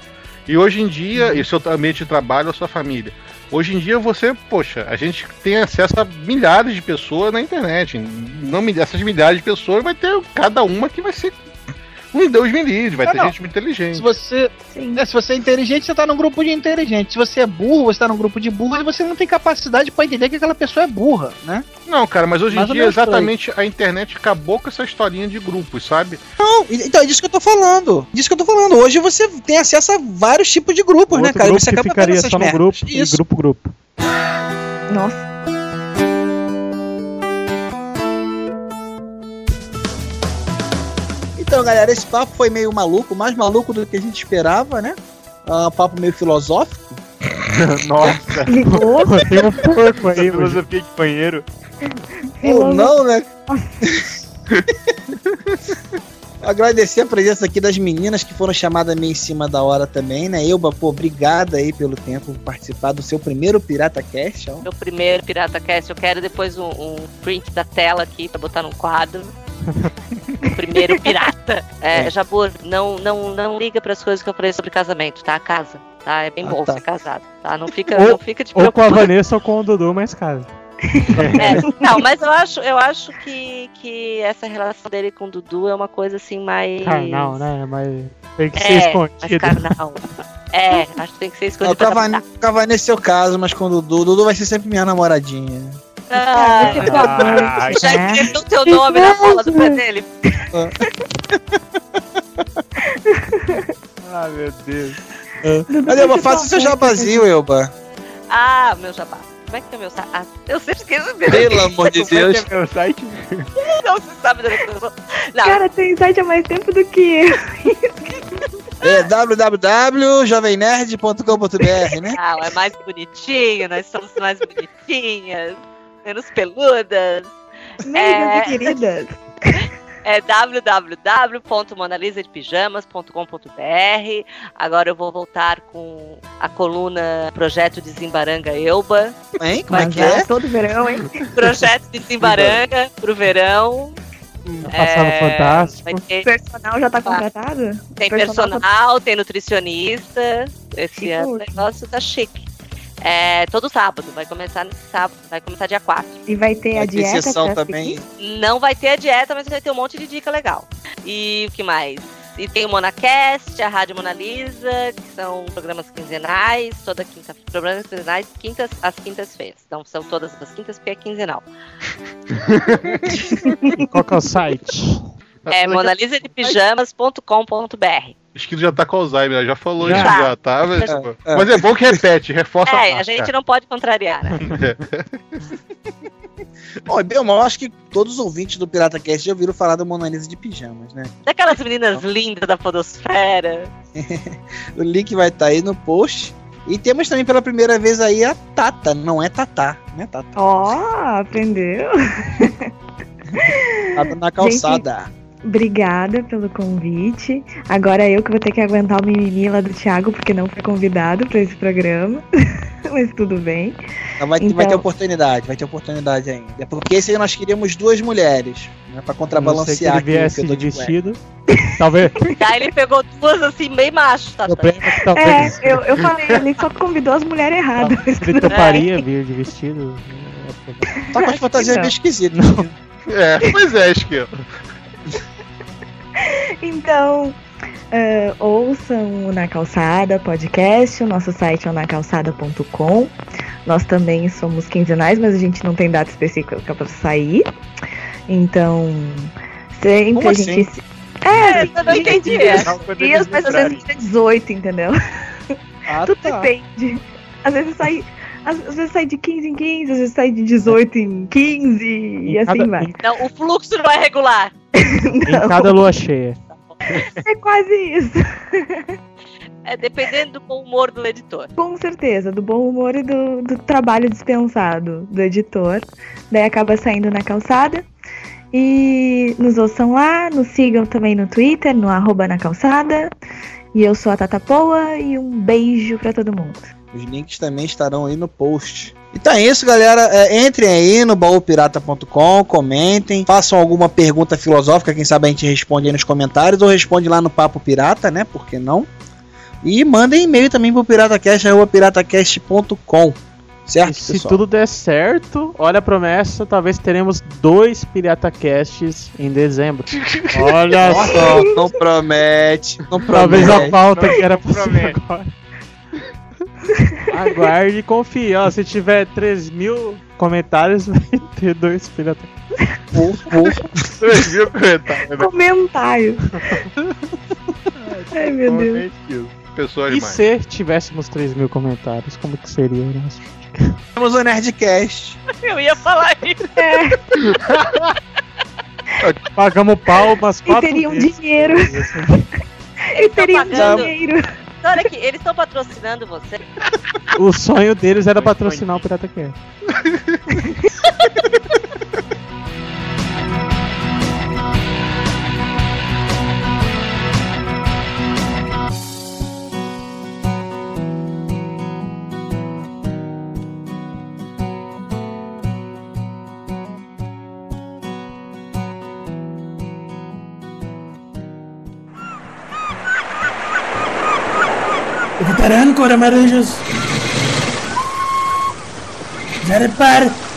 S4: E hoje em dia, e seu ambiente de trabalho, a sua família. Hoje em dia, você, poxa, a gente tem acesso a milhares de pessoas na internet. Não, milha- essas milhares de pessoas vai ter cada uma que vai ser um Deus me livre, vai
S10: Ah,
S4: ter
S10: não.
S4: gente muito inteligente.
S10: Se você,
S2: Sim.
S10: né, se você é inteligente, você tá num grupo de inteligente. Se você é burro, você tá num grupo de burro e você não tem capacidade pra entender que aquela pessoa é burra, né?
S4: Não, cara, mas hoje em
S10: Mais
S3: é
S10: ou
S4: dia
S10: menos
S4: exatamente a internet acabou com essa historinha de grupos, sabe?
S5: Não, e- então é disso que eu tô falando. Disso que eu tô falando. Hoje você tem acesso a vários tipos de grupos, né,
S3: Outro
S5: cara? E
S3: grupo
S5: você
S3: que
S5: acaba
S3: ficaria
S5: vendo essas
S3: só no
S5: merdas.
S3: grupo
S5: Isso.
S3: e grupo grupo. [LAUGHS]
S5: [LAUGHS]
S2: Nossa.
S5: Então, galera, esse papo foi meio maluco, mais maluco do que a gente esperava, né? Ah, papo meio filosófico.
S8: Nossa,
S2: Ligou?
S3: Tem um porco
S8: essa
S3: aí,
S5: [LAUGHS]
S3: hoje.
S8: [LAUGHS] filosofia de banheiro.
S5: Ou
S2: Filosofia.
S3: [LAUGHS]
S5: não, né? Agradecer a presença aqui das meninas que foram chamadas meio em cima da hora também, né? Euba, pô, obrigada aí pelo tempo por participar do seu primeiro Pirata Cast. ó.
S1: Meu primeiro Pirata Cast, eu quero depois um, um print da tela aqui pra botar num
S3: [LAUGHS]
S1: quadro. o primeiro pirata. É, Jabur, não, não, não liga pras coisas que eu falei sobre casamento, tá? Casa, tá? É bem
S5: Ah,
S1: bom
S5: tá.
S1: ser casado, tá? Não fica,
S3: Ou-
S1: não fica de
S3: Ou com a Vanessa ou com o Dudu, mas cara.
S1: É, não, mas eu acho, eu acho que, que essa relação dele com o Dudu é uma coisa assim mais.
S3: Carnal, né? Mas tem que ser
S1: É, mais
S3: escondido.
S1: carnal.
S3: [LAUGHS]
S1: É, acho que tem que ser
S5: Eu
S1: escondido. pra
S5: tava,
S1: captar.
S5: tava nesse seu caso, mas com o Dudu. Dudu vai ser sempre minha namoradinha.
S1: Ah,
S2: Você
S1: não.
S2: tá doido,
S1: já
S2: né?
S1: escreveu o teu nome na bola do pé dele,
S8: Ah, meu Deus.
S2: Dudu,
S5: Mas Euba,
S2: você
S5: faça
S2: tá
S5: seu
S2: bom,
S5: jabazinho, Euba.
S1: Ah, meu jabá. Como é que é meu sa- Ah, eu sempre esqueço dele.
S5: Pelo amor de
S8: Como é
S5: Deus.
S8: que é meu site?
S1: Não, você sabe dele que eu sou. Não,
S2: Cara, tem site há mais tempo do que eu.
S5: É www.jovemnerd.com.br, né?
S1: não, é mais bonitinho, nós somos mais bonitinhas, menos peludas.
S2: Amigas
S1: É.
S2: e queridas.
S1: É www.monalisadepijamas.com.br. Agora eu vou voltar com a coluna Projeto Desembaranga Euba.
S5: Hein? Como é que
S2: Vazar
S5: é?
S2: Todo verão, hein?
S1: Projeto Desembaranga pro verão.
S3: Passar no
S1: É,
S3: Fantástico.
S1: Vai ter,
S2: O personal já tá contratado?
S1: tem
S2: personal-
S1: personal, tem nutricionista. Esse
S2: Chique.
S1: ano o negócio tá chique. É, todo sábado, vai começar nesse sábado, vai começar dia 4.
S2: E vai ter a
S5: Vai ter
S2: dieta. tá
S5: sessão
S2: pra
S5: também.
S2: seguir?
S1: Não vai ter a dieta, mas vai ter um monte de dica legal. E o que mais? E tem o Monacast, a Rádio Monalisa, que são programas quinzenais, toda quinta, programas quinzenais, quintas às quintas-feiras. Não são todas as quintas, porque é quinzenal.
S3: E Qual que é o site?
S1: É monalisadepijamas.com.br.
S4: Esquilo já tá com Alzheimer, ela já falou
S3: Já.
S4: isso já, tá? Mas,
S5: É.
S4: mas é bom que repete, reforça
S1: É, a
S4: marca.
S1: gente não pode contrariar, né?
S5: Bom, e bem ou mal, eu acho que todos os ouvintes do Pirata Cast já ouviram falar da Mona Lisa de pijamas, né?
S1: Daquelas meninas lindas da podosfera.
S5: O link vai estar aí no post. E temos também pela primeira vez aí a Tata, não é Tatá, né, Tata?
S2: Ó, aprendeu.
S5: Tata na calçada.
S2: Obrigada pelo convite. Agora eu que vou ter que aguentar o mimimi lá do Thiago, porque não foi convidado pra esse programa. [LAUGHS] Mas tudo bem.
S5: Então vai, vai
S2: Então-
S5: ter oportunidade, vai ter oportunidade ainda. É porque esse aí nós queríamos duas mulheres, né? [LAUGHS] Pra
S3: Não sei que
S5: contrabalancear
S3: ele
S5: aqui o
S3: viesse
S5: fedor de cueca.
S3: vestido. Talvez.
S1: Daí ele pegou duas assim, bem macho, tá?
S3: O problema é que
S2: É,
S3: talvez
S2: eu, eu falei, ele só convidou as mulheres erradas. mas tudo
S3: ele
S2: bem.
S3: toparia vir de vestido.
S5: Tá com as fantasias
S2: Então.
S5: meio esquisitas.
S4: É, pois
S1: [LAUGHS]
S4: é, Esquilo.
S2: Então, eh, ouçam o Na Calçada podcast, o nosso site é o nacalçada.com. Nós também somos quinzenais, mas a gente não tem data específica para sair. Então, sempre
S5: Como
S2: a gente.
S5: assim?
S2: se- É,
S1: Eu não entendi essa.
S2: dias, mas às vezes é 18, entendeu?
S5: Ah,
S2: Tudo
S5: tá.
S2: depende. Às vezes sai. Às às vezes sai de 15 em 15, às vezes sai de 18 em 15 e assim
S3: cada-
S2: vai. Então,
S3: em-
S2: [LAUGHS]
S1: Não, o fluxo não é regular.
S3: Em cada lua cheia.
S2: É quase isso.
S1: É dependendo do bom humor do editor.
S2: Com certeza, do bom humor e do, do trabalho dispensado do editor. Daí acaba saindo na calçada. E nos ouçam lá, nos sigam também no Twitter, no arroba na calçada. E eu sou a Tata Poa e um beijo pra todo mundo.
S5: Os links também estarão aí no post. Então é isso, galera. É, entrem aí no baúpirata.com, comentem, façam alguma pergunta filosófica, quem sabe a gente responde aí nos comentários, ou responde lá no Papo Pirata, né? Por que não? E mandem e-mail também pro piratacast, arroba piratacast.com.
S3: E
S5: Certo,
S3: se
S5: pessoal?
S3: tudo der certo, olha a promessa, talvez teremos dois PirataCasts em dezembro.
S8: Oh,
S3: Olha
S5: Nossa,
S3: é só.
S5: não promete, não
S3: Talvez a
S5: promete.
S3: falta que era possível
S8: Promete.
S3: agora. [LAUGHS] Aguarde e confie. Ó, se tiver 3 mil comentários, [LAUGHS] vai ter dois pirata.
S5: Pô, pô.
S4: Vocês viram o
S3: É
S4: comentário, né?
S3: [LAUGHS]
S2: Comentário. Ai, meu Deus.
S4: Realmente, Esquilo. Pessoas
S3: E
S4: demais.
S3: se tivéssemos 3 mil comentários, como que seria né? o nosso?
S5: Temos o Nerdcast.
S1: Eu ia falar isso.
S3: Pagamos pau umas
S2: E um
S3: 4
S2: teriam dinheiro. E teriam
S1: pagando.
S2: dinheiro.
S1: Então, Olha aqui, eles estão patrocinando você.
S3: O sonho deles era patrocinar o Pirata Cast.
S6: Veteran Coramaranjas. Repare,